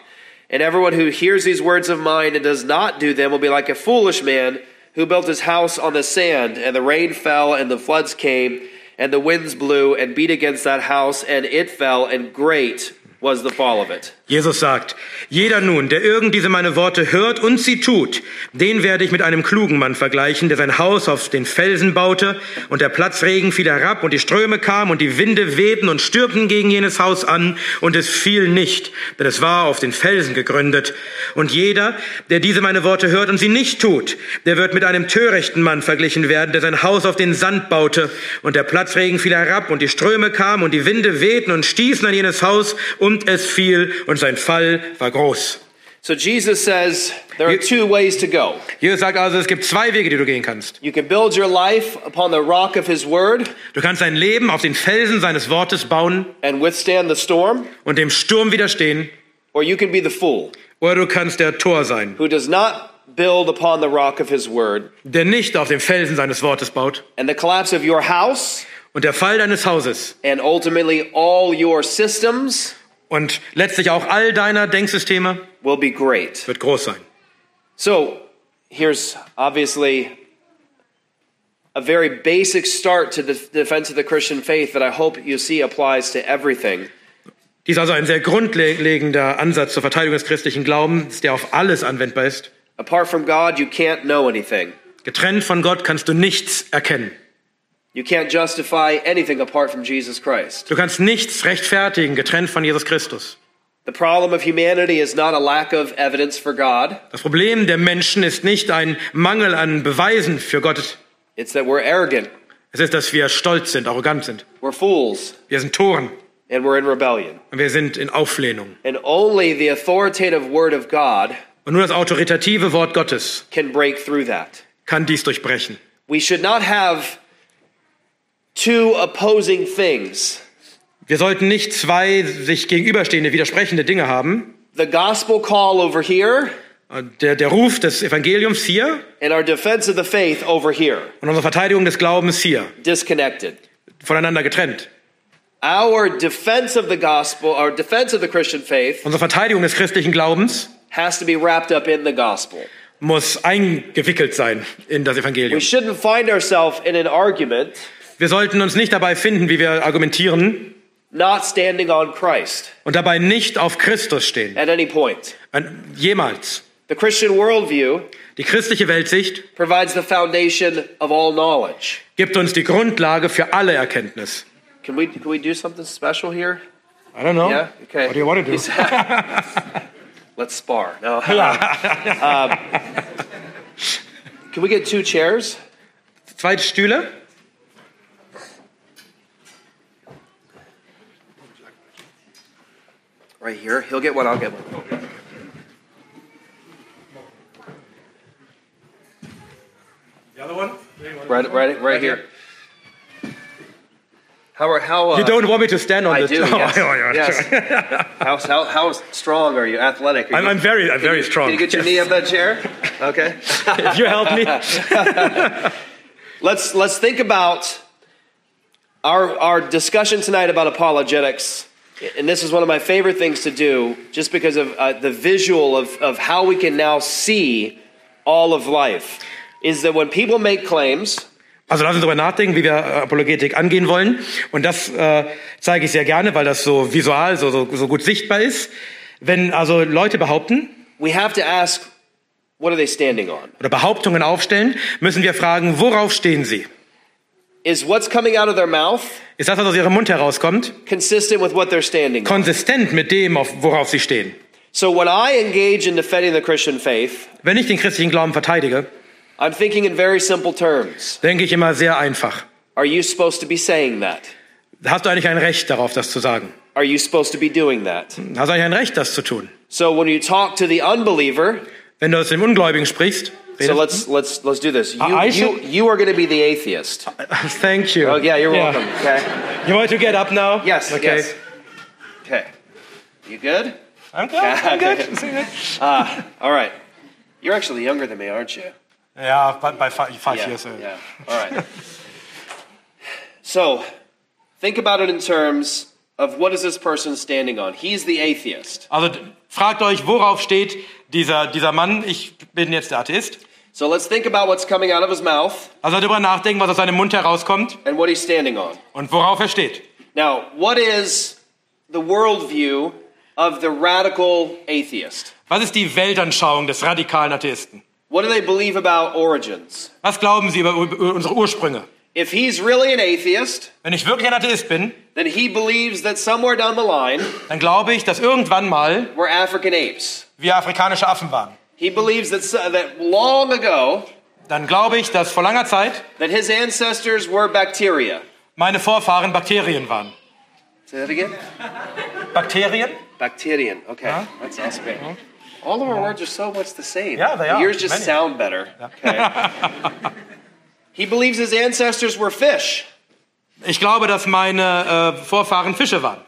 And everyone who hears these words of mine and does not do them will be like a foolish man who built his house on the sand. And the rain fell, and the floods came, and the winds blew and beat against that house, and it fell, and great was the fall of it. Jesus sagt, jeder nun, der irgend diese meine Worte hört und sie tut, den werde ich mit einem klugen Mann vergleichen, der sein Haus auf den Felsen baute und der Platzregen fiel herab und die Ströme kamen und die Winde wehten und stürmten gegen jenes Haus an und es fiel nicht, denn es war auf den Felsen gegründet. Und jeder, der diese meine Worte hört und sie nicht tut, der wird mit einem törichten Mann verglichen werden, der sein Haus auf den Sand baute und der Platzregen fiel herab und die Ströme kamen und die Winde wehten und stießen an jenes Haus und es fiel und sein Fall war groß. So Jesus says there are You- two ways to go. Jesus sagt also, es gibt zwei Wege, die du gehen kannst. You can build your life upon the rock of his word Du kannst dein Leben auf den Felsen seines Wortes bauen and withstand the storm, und dem Sturm widerstehen, or you can be the fool oder du kannst der Tor sein, who does not build upon the rock of his word. der nicht auf dem Felsen seines Wortes baut And the collapse of your house und der Fall deines Hauses and ultimately all your systems und letztlich auch all deiner Denksysteme will be great. wird groß sein. So here's obviously a very basic start to the defense of the Christian faith that I hope you see applies to everything. Dies ist also ein sehr grundlegender Ansatz zur Verteidigung des christlichen Glaubens, der auf alles anwendbar ist. Apart from God, you can't know anything. Getrennt von Gott kannst du nichts erkennen. You can't justify anything apart from Jesus Christ. Du kannst nichts rechtfertigen, getrennt von Jesus Christus. The problem of humanity is not a lack of evidence for God, Das Problem der Menschen ist nicht ein Mangel an Beweisen für Gott. it's that we're arrogant, Es ist, dass wir stolz sind, arrogant sind. we're fools, Wir sind Toren and we're in rebellion. und wir sind in Auflehnung. And only the authoritative Word of God Und nur das autoritative Wort Gottes can break through that. kann dies durchbrechen. We should not have two opposing things. Wir sollten nicht zwei sich gegenüberstehende, widersprechende Dinge haben. The gospel call over here Der, der Ruf des Evangeliums hier and our defense of the faith over here, und unsere Verteidigung des Glaubens hier, disconnected. voneinander getrennt. Our defense of the gospel, our defense of the Christian faith, Unsere Verteidigung des christlichen Glaubens has to be wrapped up in the gospel. muss eingewickelt sein in das We Evangelium. shouldn't find ourselves in an argument Wir sollten uns nicht dabei finden, wie wir argumentieren not standing on Christ und dabei nicht auf Christus stehen. at any point. An- Jemals. The Christian worldview Die christliche Weltsicht provides the foundation of all knowledge. gibt uns die Grundlage für alle Erkenntnis. Can we, can we do something special here? I don't know. Yeah? Okay. Oh. What do you want to do? Let's spar. No. Um, can we get two chairs? Zwei Stühle? Right here. He'll get one, I'll get one. The other one? Right, right, right here. How are, how, uh, You don't want me to stand on I the do, yes. Oh, yeah, sure. yes. How, how, how strong are you? Athletic? Are I'm, you- I'm very, I'm very strong. Can you get your knee up that chair? Okay. If you help me. Let's let's think about our our discussion tonight about apologetics. And this is one of my favorite things to do, just because of uh, the visual of, of how we can now see all of life. Is that when people make claims, Also lass uns darüber nachdenken, wie wir äh, Apologetik angehen wollen. Und das äh, zeige ich sehr gerne, weil das so visual, so, so, so gut sichtbar ist. Wenn also Leute behaupten we have to ask, what are they standing on? oder Behauptungen aufstellen, müssen wir fragen, worauf stehen sie? Is what's coming out of their mouth Ist das, was aus ihrem Mund herauskommt, consistent with what they're standing on? konsistent mit dem, auf, worauf sie stehen? So when I engage in defending the Christian faith, Wenn ich den christlichen Glauben verteidige, I'm thinking in very simple terms. denke ich immer sehr einfach. Are you supposed to be saying that? Hast du eigentlich ein Recht darauf, das zu sagen? Are you supposed to be doing that? Hast du eigentlich ein Recht, das zu tun? So when you talk to the unbeliever, Wenn du aus dem Ungläubigen sprichst, so let's let's let's do this. You I- I you, should- you are going to be the atheist. thank you. Oh yeah, you're welcome. Okay. You want to get up now? Yes. Okay. Yes. Okay. You good? Ah, I'm good. I'm good. All right. You're actually younger than me, aren't you? Yeah, but by five, five years. uh, Yeah. All right. so, think about it in terms of what is this person standing on? He's the atheist. Also d- fragt euch, worauf steht dieser, dieser Mann? Ich bin jetzt der Atheist. So let's think about what's coming out of his mouth Also darüber nachdenken, was aus seinem Mund herauskommt and what he's standing on. und worauf er steht. Now, what is the worldview of the radical atheist? Was ist die Weltanschauung des radikalen Atheisten? What do they believe about origins? Was glauben sie über, über unsere Ursprünge? If he's really an atheist, Wenn ich wirklich ein Atheist bin, then he believes that somewhere down the line, dann glaube ich, dass irgendwann mal we're African apes. wir afrikanische Affen waren. He believes that, so- that long ago, Dann glaube ich, dass vor langer Zeit that his ancestors were bacteria. meine Vorfahren Bakterien waren. Say that again? Bakterien? Bacterian. Okay, Huh? that's awesome. All of our words are so much the same. Yeah, they But are. Yours just Many. sound better. Okay. he believes his ancestors were fish. Ich glaube, dass meine äh, Vorfahren Fische waren.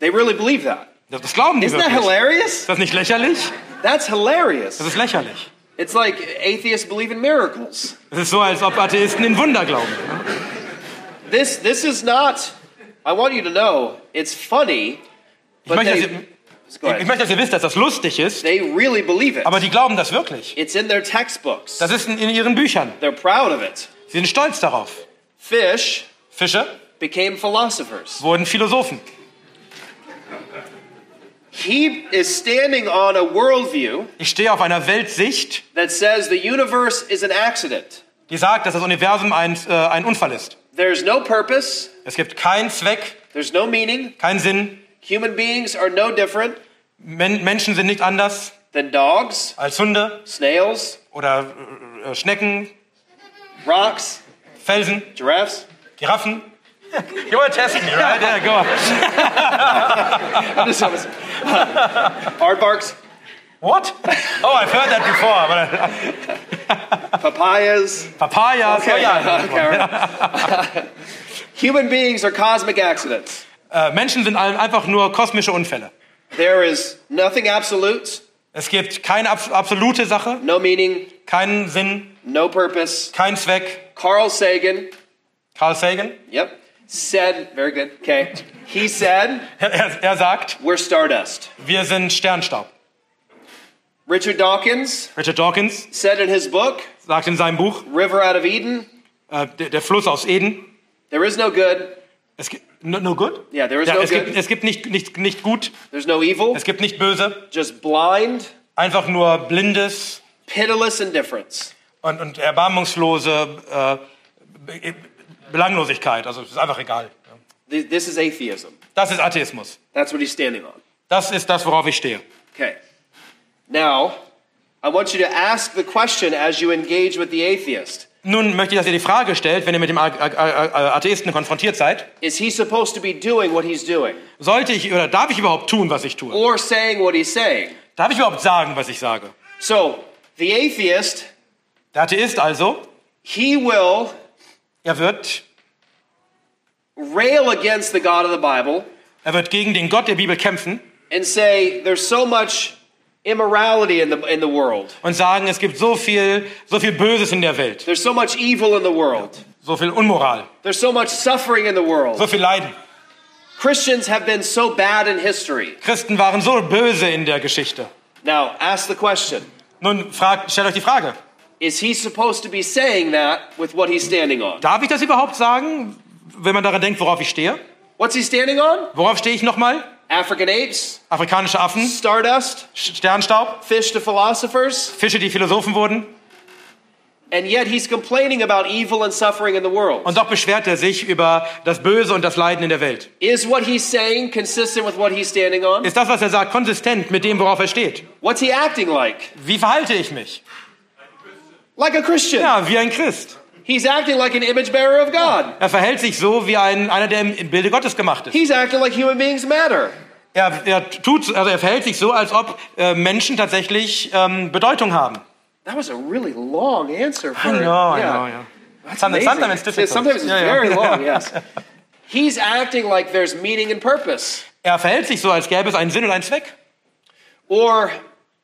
They really believe that. Das, das glauben die Isn't that wirklich. Ist hilarious? das nicht lächerlich? That's hilarious. Das ist lächerlich. It's like atheists believe in miracles. Es ist so, als ob Atheisten in Wunder glauben. This this is not. I want you to know it's funny, Ich but möchte, dass they, ihr, go ich ahead. möchte, dass ihr wisst, dass das lustig ist, they really believe it. aber die glauben das wirklich. It's in their textbooks. Das ist in, in ihren Büchern. They're proud of it. Sie sind stolz darauf. Fish Fische became philosophers. wurden Philosophen. He is standing on a worldview Ich stehe auf einer Weltsicht, that says the universe is an accident. die sagt, dass das Universum ein, äh, ein Unfall ist. There's no purpose. Es gibt keinen Zweck, There's no meaning. keinen Sinn. Human beings are no different Men Menschen sind nicht anders than dogs, als Hunde snails, oder äh, äh, Schnecken, rocks, Felsen, giraffes. Giraffen. You wanna test me, right? Yeah, go on. Aardvarks. What? Oh, I've heard that before. But äh, I, papayas. Papayas. Oh, ja. Okay, all right. Human beings are cosmic accidents. Äh, Menschen sind ein- einfach nur kosmische Unfälle. There is nothing absolute, Es gibt keine abs- absolute Sache, no meaning, keinen Sinn, no purpose. keinen Zweck. Carl Sagan, Carl Sagan, yep, said, very good, okay. He said, er, er, er sagt, we're stardust. wir sind Sternstaub. Richard Dawkins Richard Dawkins said in his book, sagt in seinem Buch, River Out of Eden, äh, der, der Fluss aus Eden, There is no good. Es gibt no, no good? Yeah, there is Ja, no es, good. gibt, es gibt nicht, nicht, nicht gut, There's no evil. es gibt nicht böse, Just blind, einfach nur blindes pitiless indifference. und, und erbarmungslose äh, Be- Belanglosigkeit. Also es ist einfach egal. Th- This is atheism. Das ist Atheismus. That's what he's standing on. Das ist das, worauf ich stehe. Okay. Now, I want you to ask the question as you engage with the atheist Nun möchte ich, dass ihr die Frage stellt, wenn ihr mit dem A A A Atheisten konfrontiert seid, Is he supposed to be doing what he's doing? sollte ich oder darf ich überhaupt tun, was ich tue? Or saying what he's saying? Darf ich überhaupt sagen, was ich sage? So, the atheist, Der Atheist also, he will er wird, rail against the God of the Bible er wird gegen den Gott der Bibel kämpfen and say, There's so much immorality in the, in the world, und sagen, es gibt so viel, so viel Böses in der Welt, there's so much evil in the world, so viel Unmoral, there's so much suffering in the world. so viel Leiden. Christians have been so bad in history. Christen waren so böse in der Geschichte. Now, ask the question Nun fragt, stellt euch die Frage, Is he supposed to be saying that with what he's standing on? darf ich das überhaupt sagen, wenn man daran denkt, worauf ich stehe? What's he standing on? Worauf stehe ich nochmal? African apes, Afrikanische Affen, stardust, Sternstaub, fish to philosophers, Fische, die Philosophen wurden. and yet he's complaining about evil and suffering in the world. Und doch beschwert er sich über das Böse und das Leiden in der Welt. Is what he's saying consistent with what he's standing on? Ist das, was er sagt, konsistent mit dem, worauf er steht? What's he acting like? Wie verhalte ich mich? Like a Christian. Ja, wie ein Christ. He's acting like an image bearer of God. Er verhält sich so wie ein, einer, der im Bilde Gottes gemacht ist. He's acting like human beings matter. Er, er, tut, also er verhält sich so, als ob äh, Menschen tatsächlich ähm, Bedeutung haben. That was a really long answer for I know, I know, yeah. That's Sometimes- amazing. sometimes it's difficult. Sometimes it's Yeah, yeah. very long, yes. He's acting like there's meaning and purpose. Er verhält sich so, als gäbe es einen Sinn und einen Zweck. Or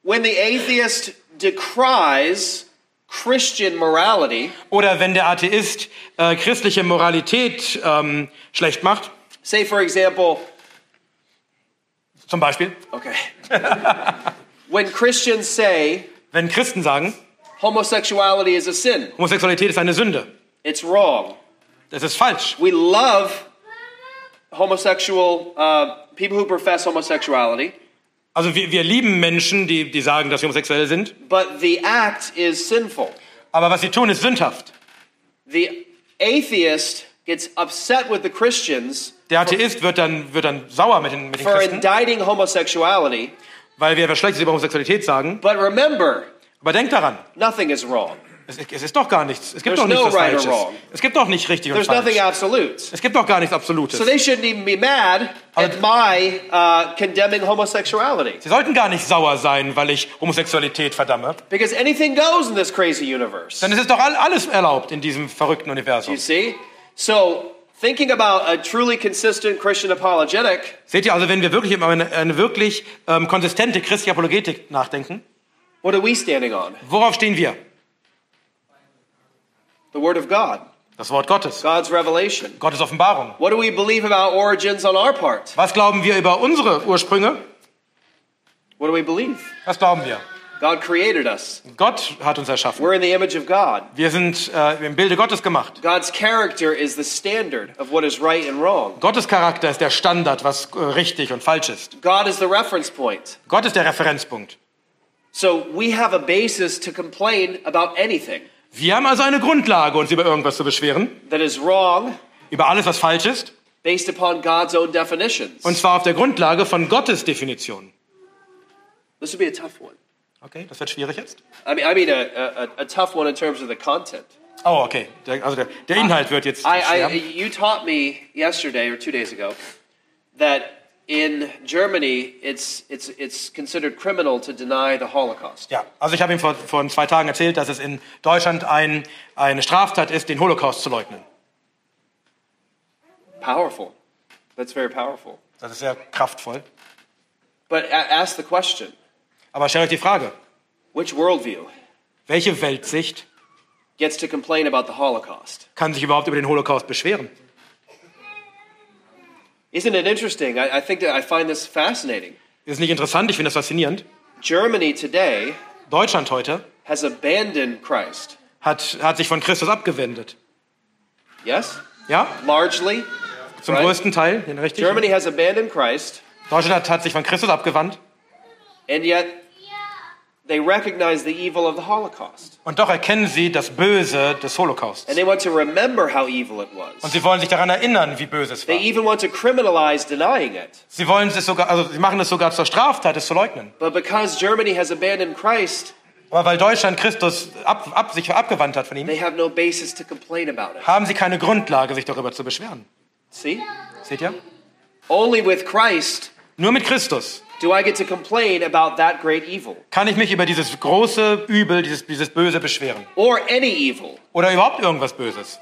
when the atheist decries Christian morality, Oder wenn der Atheist äh, christliche Moralität ähm, schlecht macht, say for example, zum Beispiel, okay. when Christians say wenn Christen sagen, homosexuality is a sin, Homosexualität ist eine Sünde, it's wrong. das ist falsch. We love homosexual uh, people who profess homosexuality, Also wir, wir lieben Menschen, die, die sagen, dass sie homosexuell sind, but the act is sinful. aber was sie tun, ist sündhaft. The atheist gets upset with the Christians Der Atheist wird dann, wird dann sauer mit den, mit den for Christen, indicting homosexuality, weil wir etwas Schlechtes über Homosexualität sagen. but remember, Aber denkt daran, nothing is wrong. es, es ist doch gar nichts. Es gibt There's doch nichts no was right or Falsches. wrong. Es gibt doch nicht richtig und There's nothing falsch. absolute. Es gibt doch gar nichts Absolutes. So they shouldn't even be mad at Aber- my uh, condemning homosexuality. Sie sollten gar nicht sauer sein, weil ich Homosexualität verdamme. Because anything goes in this crazy universe. Dann ist es doch all, alles erlaubt in diesem verrückten Universum. You see? So, thinking about a truly consistent Christian apologetic, Seht ihr also, wenn wir wirklich über eine, eine wirklich ähm, konsistente christliche Apologetik nachdenken, what are we standing on? worauf stehen wir? The Word of God, Das Wort Gottes, God's revelation. Gottes Offenbarung. What do we believe about origins on our part? Was glauben wir über unsere Ursprünge? What do we believe? Was glauben wir? God created us. Gott hat uns erschaffen. We're in the image of God. Wir sind äh, im Bilde Gottes gemacht. God's character is the standard of what is right and wrong. Gottes Charakter ist der Standard, was äh, richtig und falsch ist. God is the reference point. Gott ist der Referenzpunkt. So we have a basis to complain about anything Wir haben also eine Grundlage, uns über irgendwas zu beschweren, that is wrong über alles, was falsch ist, based upon God's own definitions. und zwar auf der Grundlage von Gottes Definition. This would be a tough one. Okay, das wird schwierig jetzt. I mean, I mean a, a, a tough one in terms of the content. Oh, okay. Der, also der, der Inhalt wird jetzt I, I, schwer. you taught me yesterday or two days ago that in Germany it's, it's, it's considered criminal to deny the Holocaust. Ja, also ich habe ihm vor, vor zwei Tagen erzählt, dass es in Deutschland ein, eine Straftat ist, den Holocaust zu leugnen. Powerful. That's very powerful. Das ist sehr kraftvoll. But a- ask the question Aber stellt euch die Frage, which worldview welche Weltsicht gets to complain about the Holocaust? kann sich überhaupt über den Holocaust beschweren? Isn't it interesting? I, I think that I find this fascinating. Das ist nicht interessant, ich finde das faszinierend. Germany today Deutschland heute has abandoned Christ. hat, hat sich von Christus abgewendet. Yes? Ja? largely. Zum Right. größten Teil, den richtig? Germany has abandoned Christ, Deutschland hat sich von Christus abgewandt and yet they recognize the evil of the Holocaust. und doch erkennen sie das Böse des Holocausts. And they want to remember how evil it Und was. sie wollen sich daran erinnern, wie böse es war. They even want to criminalize denying it. Sie wollen es sogar, also sie machen es sogar zur Straftat, es zu leugnen. But because Germany has abandoned Christ, Aber weil Deutschland Christus ab, ab, sich abgewandt hat von ihm, they have no basis to complain about it. haben sie keine Grundlage, sich darüber zu beschweren. See? Seht ihr? Only with Christ Nur mit Christus do I get to complain about that great evil kann ich mich über dieses große Übel, dieses, dieses Böse beschweren. or any evil. Oder überhaupt irgendwas Böses.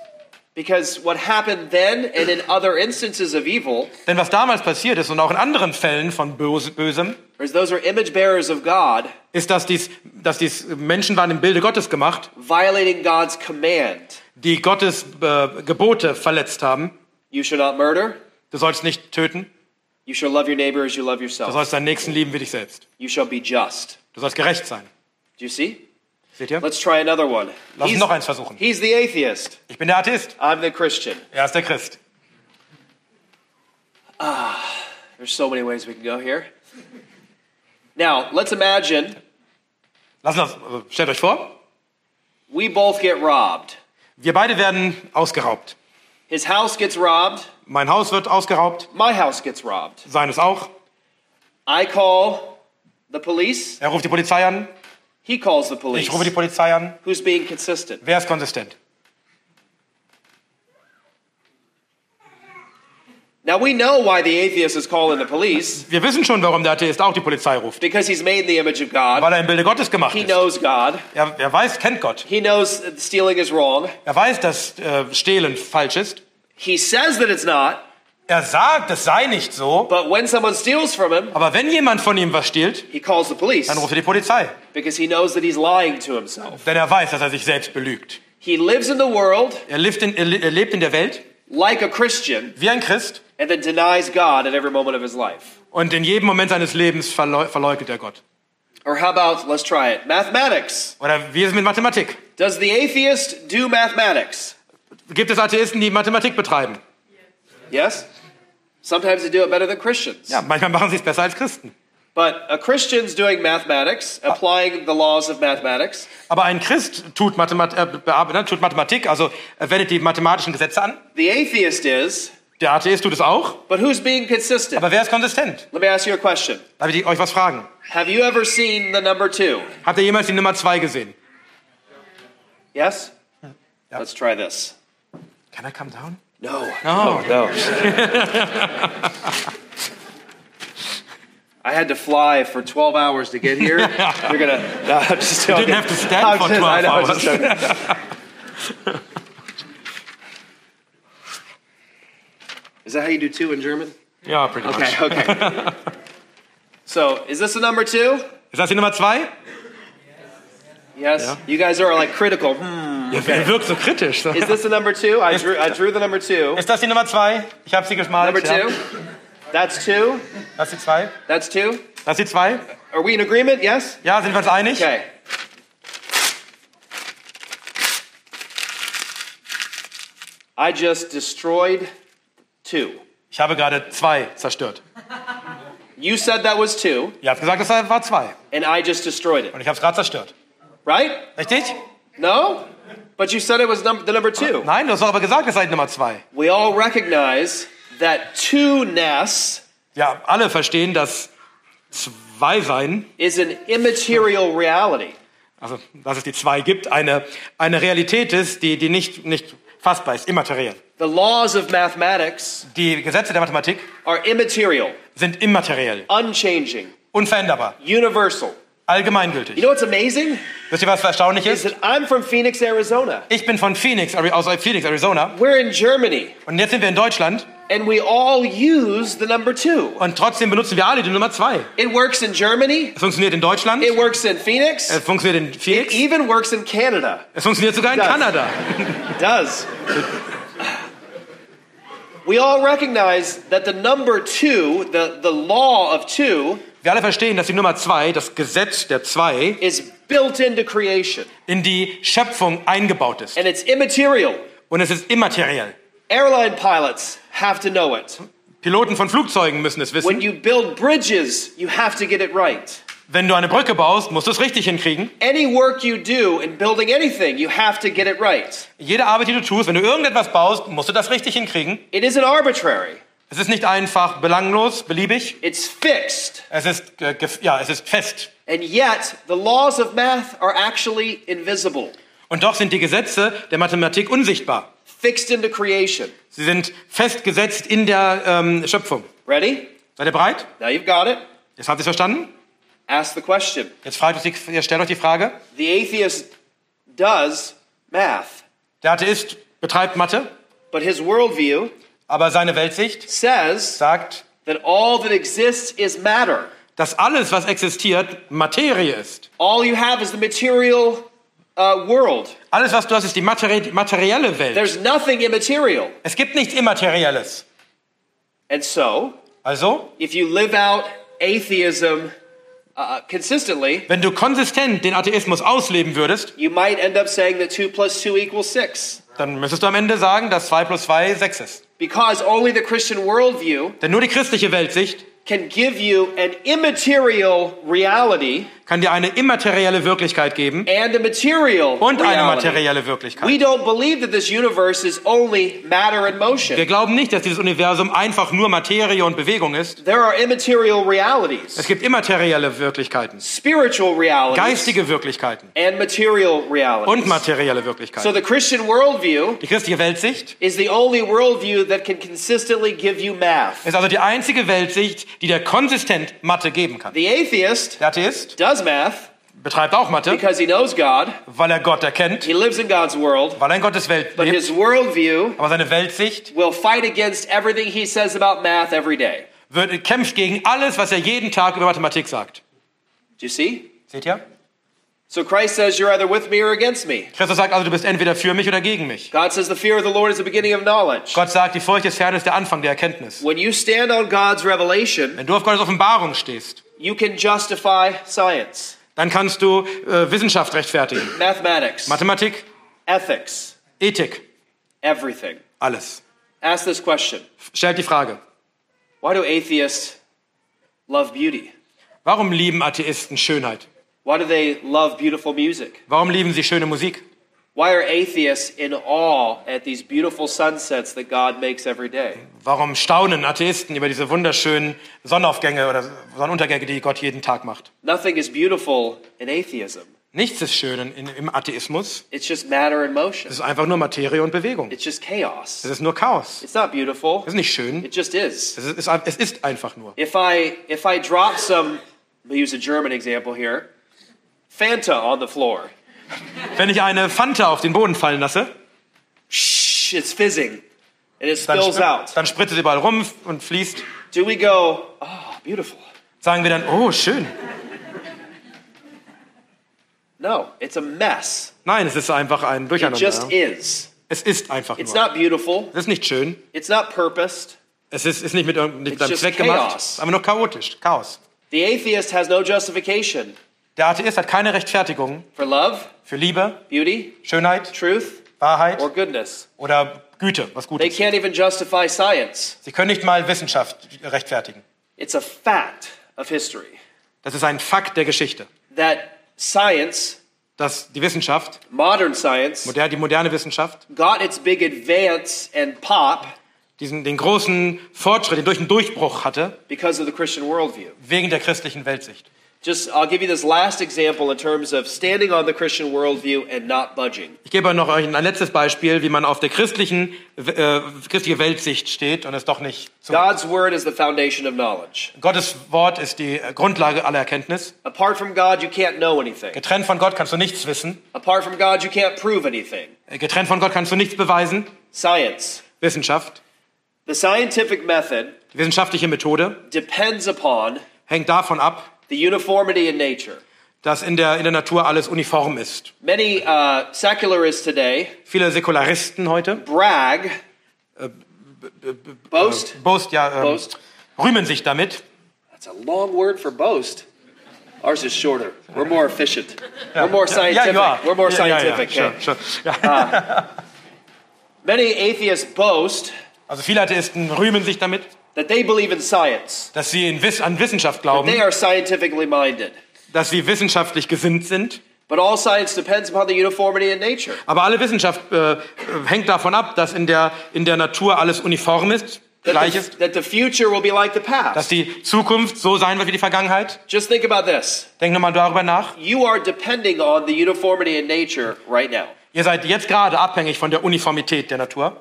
Because what happened then and in other instances of evil Denn was damals passiert ist und auch in anderen Fällen von Böse, Bösem, is those are image bearers of God ist, dass dies, dass dies Menschen waren im Bilde Gottes gemacht, violating God's command. die Gottes äh, Gebote verletzt haben. You shall not murder. Du sollst nicht töten, You shall love your neighbor as you love du yourself. sollst deinen Nächsten lieben wie dich selbst. You shall be just. Du sollst gerecht sein. Do you see? Seht ihr? Let's try another one. Lass uns noch eins versuchen. he's the atheist. Ich bin der Atheist, I'm the Christian. er ist der Christ. There's so many ways we can go here. Now, let's imagine Lass uns, also stellt euch vor, we both get robbed. wir beide werden ausgeraubt. His house gets robbed. Mein Haus wird ausgeraubt, My house gets robbed. seines auch. I call the police. Er ruft die Polizei an, He calls the police. ich rufe die Polizei an. Who's being consistent? Wer ist konsistent? Now, we know why the atheist is calling the police Wir wissen schon, warum der Atheist auch die Polizei ruft. because he's made in the image of God. Weil er im Bilde Gottes gemacht He ist. knows God. Er, er weiß, kennt Gott. He knows that stealing is wrong. Er weiß, dass äh, Stehlen falsch ist. He says that it's not, Er sagt, es sei nicht so. but when someone steals from him, Aber wenn jemand von ihm was stiehlt, he calls the police dann ruft er die Polizei. because he knows that he's lying to himself. Denn er weiß, dass er sich selbst belügt. He lives in the world Er lebt in, er le- er lebt in der Welt like a Christian wie ein Christ and then denies God at every moment of his life. und in jedem Moment seines Lebens verleu verleugnet er Gott. Or how about, let's try it, mathematics. Oder wie ist es mit Mathematik? Does the atheist do mathematics? Gibt es Atheisten, die Mathematik betreiben? Yes? Sometimes they do it better than Christians. Ja, manchmal machen sie es besser als Christen. But a Christian's doing mathematics, applying the laws of mathematics, Aber ein Christ tut, Mathemat äh, bearbe- ne, tut Mathematik, also er wendet die mathematischen Gesetze an. The atheist is, Der Atheist tut es auch. but who's being consistent? Aber wer ist konsistent? Let me ask you a question. Darf ich die- euch was fragen? Have you ever seen the number two? Habt ihr jemals die Nummer zwei gesehen? Yes? Let's try this. Can I come down? No. Oh, No. No. I had to fly for 12 hours to get here. You're gonna. No, I'm just joking. didn't have to stand I'm for just- 12 I know, I'm just hours. joking. Is that how you do two in German? Ja, pretty much. Okay. Okay. so, is this a number two? Ist das die Nummer zwei? Yes. Yeah. You guys are like critical. Hmm. Ja, Ihr wirkt so kritisch. So. Is Ist this the number two? I drew. I drew the number two. das die Nummer zwei? Ich habe sie geschmalt. Number ja. two. That's two. Das ist die zwei. That's two. Das ist die zwei. Are we in agreement? Yes. Ja, sind wir uns einig? Okay. I just destroyed two. Ich habe gerade zwei zerstört. You said that was two, Ihr habt gesagt, das war zwei. and I just destroyed it. Und ich habe es gerade zerstört. Right? Richtig? No. But you said it was num- the number two. Nein, du hast doch aber gesagt, es sei Nummer zwei. We all recognize that two-ness Ja, alle verstehen, dass zwei sein, is an immaterial reality. also dass es die zwei gibt, eine, eine Realität ist, die, die nicht, nicht fassbar ist, immateriell. The laws of mathematics Die Gesetze der Mathematik are immaterial, sind immateriell, unchanging, unveränderbar, universal. You allgemeingültig. know what's amazing? Wisst ihr, was erstaunlich Is ist? that I'm from Phoenix, Arizona. Ich bin von Phoenix, Ari- aus Phoenix, Arizona, We're in Germany, und jetzt sind wir in Deutschland and we all use the number two. und trotzdem benutzen wir alle die Nummer zwei. It works in Germany, Es funktioniert in Deutschland, it works in Phoenix, es funktioniert in it Phoenix, even works in Canada. es funktioniert sogar in Das- Kanada. It does. We all recognize that the number two, the, the law of two, Wir alle verstehen, dass die Nummer zwei, das Gesetz der zwei, is built into creation, in die Schöpfung eingebaut ist. and it's immaterial. Und es ist immateriell. Airline pilots have to know it. Piloten von Flugzeugen müssen es wissen. When you build bridges, you have to get it right. Wenn du eine Brücke baust, musst du es richtig hinkriegen. Any work you do in building anything, you have to get it right. Jede Arbeit, die du tust, wenn du irgendetwas baust, musst du das richtig hinkriegen. It isn't arbitrary, Es ist nicht einfach belanglos, beliebig. it's fixed. Es ist, äh, gef- ja, es ist fest. And yet, the laws of math are actually invisible, Und doch sind die Gesetze der Mathematik unsichtbar. fixed into creation. Sie sind festgesetzt in der ähm, Schöpfung. Ready? Seid ihr bereit? Now you've got it. Jetzt habt ihr es verstanden? Ask the question. Jetzt, fragt euch die, jetzt stellt euch die Frage. The atheist does math, Der Atheist betreibt Mathe, but his worldview aber seine Weltsicht says sagt, that all that exists is matter. dass alles, was existiert, Materie ist. All you have is the material uh, world. Alles, was du hast, ist die materi materielle Welt. There's nothing immaterial. Es gibt nichts Immaterielles. And so, Also, if you live out atheism uh, consistently, wenn du konsistent den Atheismus ausleben würdest, you might end up saying that 2 plus 2 equals 6. dann müsstest du am Ende sagen, dass 2 plus 2 6 ist. Because only the Christian worldview Denn nur die christliche Weltsicht can give you an immaterial reality kann dir eine immaterielle Wirklichkeit geben and a material und eine reality. materielle We Wirklichkeit. don't believe that this universe is only matter and Wir motion. glauben nicht, dass dieses Universum einfach nur Materie und Bewegung ist. There are immaterial realities, Es gibt immaterielle Wirklichkeiten, spiritual realities, geistige Wirklichkeiten and material und realities. materielle So Wirklichkeiten. the Christian worldview Die christliche Weltsicht is the only worldview that can consistently give you math. ist also die einzige Weltsicht, die dir konsistent Mathe geben kann. The atheist Der Atheist does math betreibt auch Mathe, because he knows God, weil er Gott erkennt, he lives in God's world, weil er in Gottes Welt but lebt. his worldview Aber seine Weltsicht will fight against everything he says about math every day. wird, kämpft gegen alles, was er jeden Tag über Mathematik sagt. Do you see? Seht ihr? So Christ says, You're either with me or against me. Christus sagt also, du bist entweder für mich oder gegen mich. God says, The fear of the Lord is the beginning of knowledge. Gott sagt, die Furcht des Herrn ist der Anfang der Erkenntnis. When you stand on God's revelation, Wenn du auf Gottes Offenbarung stehst, you can justify science, dann kannst du äh, Wissenschaft rechtfertigen, mathematics, Mathematik, ethics, Ethik, everything. alles. Ask this question Stellt die Frage, Why do atheists love beauty? warum lieben Atheisten Schönheit? Why do they love beautiful music? Warum lieben sie schöne Musik? Why are atheists in awe at these beautiful sunsets that God makes every day? Warum staunen Atheisten über diese wunderschönen Sonnenaufgänge oder Sonnenuntergänge, die Gott jeden Tag macht? Nothing is beautiful in atheism. Nichts ist schön in, im Atheismus. It's just matter and motion. Es ist einfach nur Materie und Bewegung. It's just chaos. Es ist nur Chaos. It's not beautiful. Es ist nicht schön. It just is. Es ist, es ist- es ist einfach nur. If I if I drop some, we use a German example here, Fanta on the floor, Wenn ich eine Fanta auf den Boden fallen lasse, shh, it's fizzing, and it dann, spills out. spritzt- dann spritzt es überall rum und fließt. Do we go, oh, beautiful? Sagen wir dann, oh, schön. No, it's a mess. Nein, es ist einfach ein It Durcheinander. just ja. is. es ist einfach It's nur. not beautiful. Es ist nicht schön. It's not purposed. Es ist, ist nicht mit irgendeinem It's seinem just Zweck gemacht. chaos. Es ist einfach nur chaotisch. Chaos. The atheist has no justification Der Atheist hat keine Rechtfertigung for love, für Liebe, beauty, Schönheit, truth, Wahrheit or goodness. oder Güte, was They Gutes. can't even justify science. Sie können nicht mal Wissenschaft rechtfertigen. It's a fact of history Das ist ein Fakt der Geschichte, that science, dass die Wissenschaft, modern science, moder- die moderne Wissenschaft, got its big advance and pop diesen, den großen Fortschritt, den durch den Durchbruch hatte, because of the Christian worldview. wegen der christlichen Weltsicht. Just, I'll give you this last example in terms of standing on the Christian worldview and not budging. Ich gebe noch euch ein letztes Beispiel, wie man auf der christlichen äh, christliche Weltsicht steht und es doch nicht so. God's word is the foundation of knowledge. Gottes Wort ist die Grundlage aller Erkenntnis. Apart from God, you can't know anything. Getrennt von Gott kannst du nichts wissen. Äh, Apart from God, you can't prove anything. Getrennt von Gott kannst du nichts beweisen. Science. Wissenschaft. The scientific method Die wissenschaftliche Methode depends upon hängt davon ab, the uniformity in nature. dass in der, in der Natur alles uniform ist. Many uh, secularists today Viele Säkularisten heute brag, boast. boast, ja, ähm, Boast. rühmen sich damit. That's a long word for boast. Ours is shorter. We're more efficient. We're more Ja, scientific. you are. We're more Ja, scientific. Ja, ja, hey. sure, sure. ja. Many atheists boast Also viele Atheisten rühmen sich damit, that they believe in science. dass sie in Wiss an Wissenschaft They glauben, are scientifically minded. dass sie wissenschaftlich gesinnt sind. But all science depends upon the uniformity in nature. Aber alle Wissenschaft äh, hängt davon ab, dass in der, in der Natur alles uniform ist, That gleich the, ist, that the future will be like the dass past. die Zukunft so sein wird wie die Vergangenheit. Just think about this. Denk nochmal darüber nach. You are depending on the uniformity in nature right now. Ihr seid jetzt gerade abhängig von der Uniformität der Natur.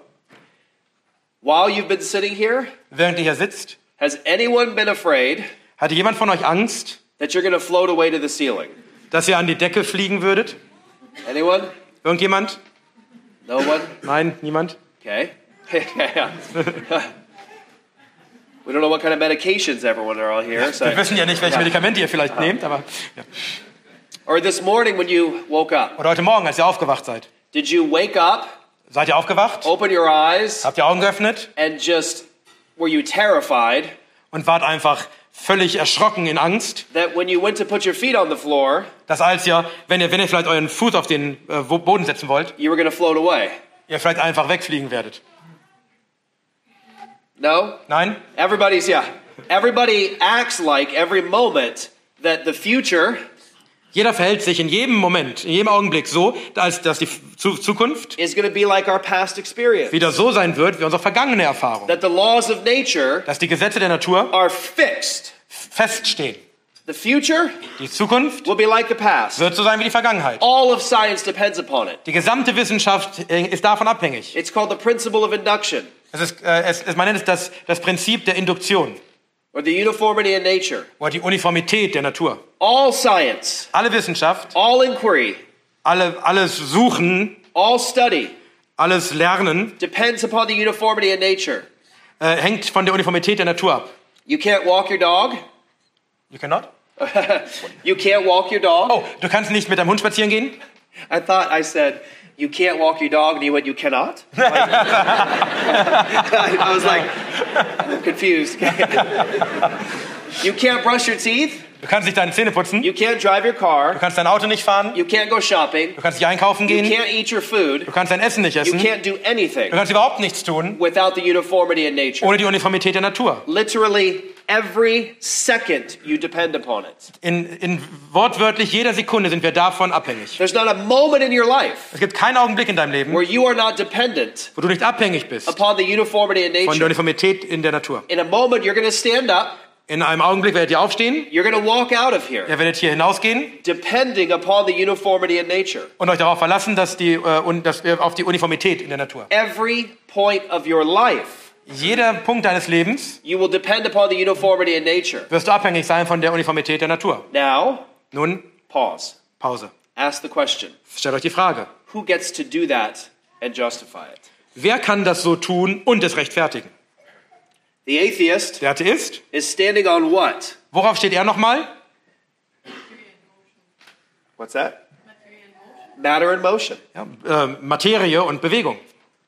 While you've been sitting here, Während ihr hier sitzt, has anyone been afraid hatte jemand von euch Angst, that you're going to float away to the ceiling? dass ihr an die Decke fliegen würdet? Anyone? Irgendjemand? No one? Nein, niemand? Okay. yeah, yeah. we don't know what kind of medications everyone are on here. Wir So. wissen ja nicht, welche Medikamente ihr vielleicht nehmt, aber ja. Or this morning when you woke up, Oder heute Morgen, als ihr aufgewacht seid. did you wake up, Seid ihr aufgewacht? open your eyes, Habt ihr Augen geöffnet? and just were you terrified Und wart einfach völlig erschrocken in Angst, that when you went to put your feet on the floor, dass als ihr, wenn ihr, wenn ihr vielleicht euren Fuß auf den äh, Wo- Boden setzen wollt, you were going to float away? ihr vielleicht einfach wegfliegen werdet? No? Nein? Everybody's, yeah. Everybody acts like every moment that the future Jeder verhält sich in jedem Moment, in jedem Augenblick so, als dass die Zu- Zukunft is going to be like our past experience. wieder so sein wird wie unsere vergangene Erfahrung. That the laws of nature Dass die Gesetze der Natur are fixed. feststehen. The future Die Zukunft will be like the past. wird so sein wie die Vergangenheit. All of science depends upon it. Die gesamte Wissenschaft äh, ist davon abhängig. It's called the principle of induction Es ist, äh, es, es, man nennt es das, das Prinzip der Induktion or the uniformity in nature. oder die Uniformität der Natur. All science, Alle Wissenschaft, all inquiry, alle, alles Suchen, all study alles Lernen depends upon the uniformity in nature. äh, hängt von der Uniformität der Natur ab. You can't walk your dog. You cannot? You can't walk your dog. Oh, du kannst nicht mit deinem Hund spazieren gehen? I thought I said, you can't walk your dog, and you went, you cannot? I, I was like, I'm confused. you can't brush your teeth. Du kannst nicht deine Zähne putzen? You Du can't drive your car. kannst dein Auto nicht fahren? You can't go shopping. Du kannst nicht einkaufen You gehen? can't eat your food. Du kannst dein Essen nicht You essen? Du can't do anything kannst überhaupt nichts tun without the uniformity in nature. ohne die Uniformität der Natur. Literally every second you depend upon it. In, in wortwörtlich jeder Sekunde sind wir davon abhängig. There's not a moment in your life Es gibt keinen Augenblick in deinem Leben, where you are not dependent wo du nicht abhängig bist upon the uniformity in von der nature. Uniformität in der Natur. In a moment, you're going to stand up. In einem Augenblick werdet ihr aufstehen, You're going to walk out of here. ihr werdet hier hinausgehen depending upon the uniformity in nature. und euch darauf verlassen, dass, die, äh, und, dass wir auf die Uniformität in der Natur. Every point of your life, Jeder Punkt deines Lebens you will depend upon the uniformity in nature. wirst du abhängig sein von der Uniformität der Natur. Now, Nun, pause. Pause. Ask the question Stellt euch die Frage. who gets to do that and justify it? Wer kann das so tun und es rechtfertigen? The atheist Der Atheist? is standing on what? Worauf steht er nochmal? What's that? Matter and motion, Ja, äh, Materie und Bewegung.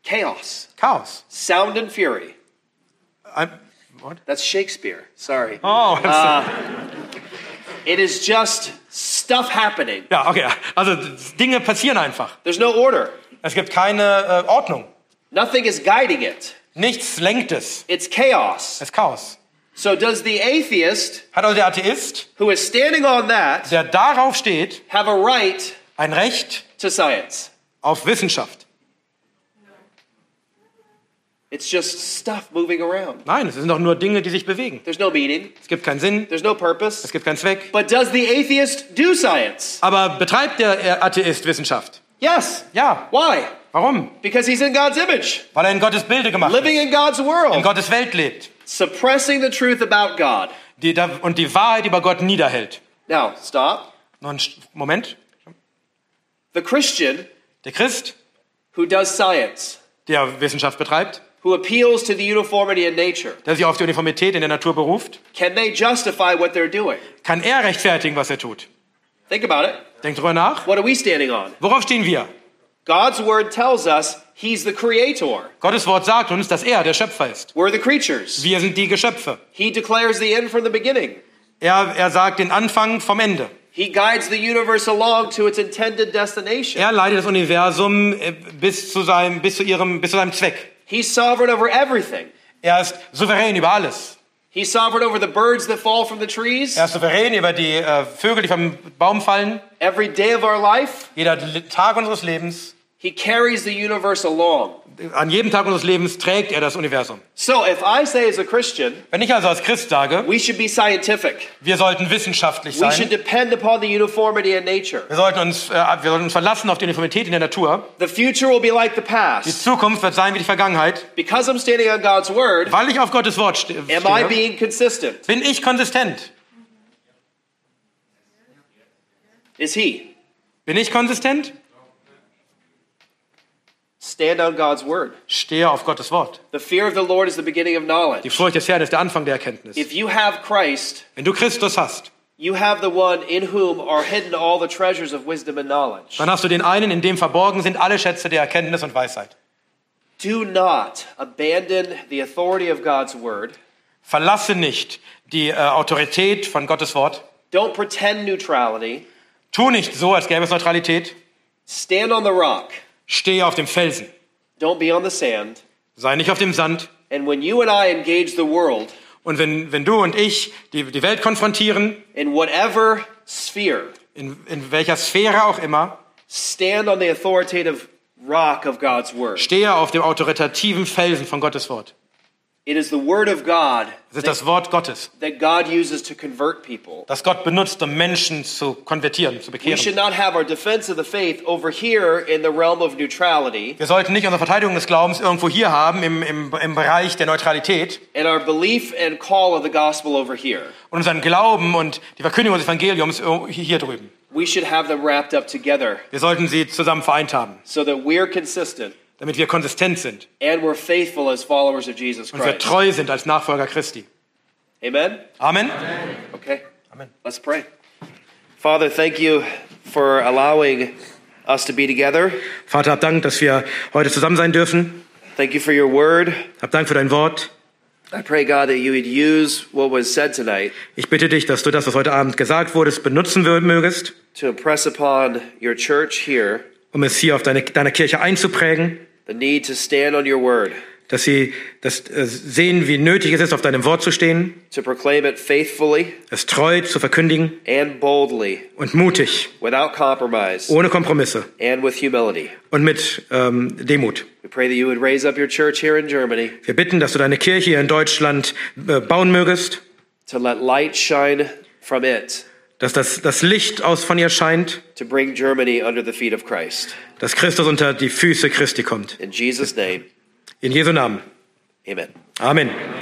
chaos, Chaos. sound and fury. Ein, what? That's Shakespeare. Sorry. Oh, It is just stuff happening. ja, okay. Also Dinge passieren einfach. There's no order. Es gibt keine äh, Ordnung. Nothing is guiding it. Nichts lenkt es. It's chaos. Es ist Chaos. So does the atheist Hat also der Atheist, who is standing on that der darauf steht, have a right ein Recht to science. auf Wissenschaft? It's just stuff moving around. Nein, es sind doch nur Dinge, die sich bewegen. There's no meaning, Es gibt keinen Sinn, there's no purpose. es gibt keinen Zweck. But does the atheist do science? Aber betreibt der äh, Atheist Wissenschaft? Yes. Ja. Why? Warum? Because he's in God's image, Weil er in Gottes Bilde gemacht ist. living in God's In world, Gottes Welt lebt. suppressing the truth about God. Die, da- und die Wahrheit über Gott niederhält. Now, stop. Noch einen Sch- Moment. The Christian Der Christ, who does science, der Wissenschaft betreibt, who appeals to the uniformity in nature, der sich auf die Uniformität in der Natur beruft, can they justify what they're doing? kann er rechtfertigen, was er tut. Think about it. Denkt drüber nach. What are we standing on? Worauf stehen wir? God's word tells us he's the creator. Gottes Wort sagt uns, dass er der Schöpfer ist. We're the creatures. Wir sind die Geschöpfe. He declares the end from the beginning. Er, er sagt den Anfang vom Ende. He guides the universe along to its intended destination. Er leitet das Universum äh, bis zu seinem, bis zu ihrem, bis zu seinem Zweck. He's sovereign over everything. Er ist souverän über alles. He's sovereign over the birds that fall from the trees. Er ist souverän über die äh, Vögel, die vom Baum fallen. Every day of our life, Jeder Le- Tag unseres Lebens, he carries the universe along. äh, an jedem Tag unseres Lebens trägt er das Universum. So if I say as a Christian, Wenn ich also als Christ sage, we should be scientific. wir sollten wissenschaftlich We should sein, depend upon the uniformity in nature. wir sollten uns, äh, wir sollten uns verlassen auf die Uniformität in der Natur. The future will be like the Die past. Zukunft wird sein wie die Vergangenheit. Because I'm standing on God's word, Weil ich auf Gottes Wort ste am I stehe, being consistent? bin ich konsistent. Is he? Bin ich konsistent? Stand on God's word. Stehe auf Gottes Wort. The fear of the Lord is the beginning of Die knowledge. Furcht des Herrn ist der Anfang der Erkenntnis. If you have Christ, Wenn du Christus hast, you have the one in whom are hidden all the treasures of wisdom and knowledge. dann hast du den einen, in dem verborgen sind alle Schätze der Erkenntnis und Weisheit. Do not abandon the authority of God's word. Verlasse nicht die äh, Autorität von Gottes Wort. Don't pretend neutrality. Tu nicht so, als gäbe es Neutralität. Stand on the rock. Stehe auf dem Felsen. Don't be on the sand. Sei nicht auf dem Sand. And when you and I engage the world Und wenn, wenn du und ich die, die Welt konfrontieren, in whatever sphere, in, in welcher Sphäre auch immer, stand on the authoritative rock of God's word. stehe auf dem autoritativen Felsen von Gottes Wort. It is the word of God Es ist das Wort Gottes. that God uses to convert people. das Gott benutzt, um Menschen zu konvertieren, zu We should bekehren. not have our defense of the faith over here in the realm of neutrality Wir sollten nicht unsere Verteidigung des Glaubens irgendwo hier haben, im, im, im Bereich der Neutralität, and our belief and call of the gospel over here. und unseren Glauben und die Verkündigung des Evangeliums ir- hier drüben. We should have them wrapped up together Wir sollten sie zusammen vereint haben, so that we're consistent damit wir konsistent sind and we're faithful as followers of Jesus und wir Christ. treu sind als Nachfolger Christi. Amen? Amen. Okay. Amen. Let's pray. Father, thank you for allowing us to be together. Vater, hab Dank, dass wir heute zusammen sein dürfen. Thank you for your word. Hab Dank für dein Wort. I pray, God, that you would use what was said tonight Ich bitte dich, dass du das, was heute Abend gesagt wurde, benutzen wür- mögest, to impress upon your church here um es hier auf deine, deiner Kirche einzuprägen. the need to stand on your word, dass sie das äh, sehen, wie nötig es ist, auf deinem Wort zu stehen, to proclaim it faithfully es treu zu verkündigen and boldly, und mutig, without compromise ohne Kompromisse and with humility. und mit ähm, Demut. We pray that you would raise up your church here in Germany Wir bitten, dass du deine Kirche hier in Deutschland äh, bauen mögest, to let light shine from it dass das, das Licht aus von ihr scheint, to bring Germany under the feet of Christ. dass Christus unter die Füße Christi kommt. In Jesus' name, In Jesu Namen. amen. Amen.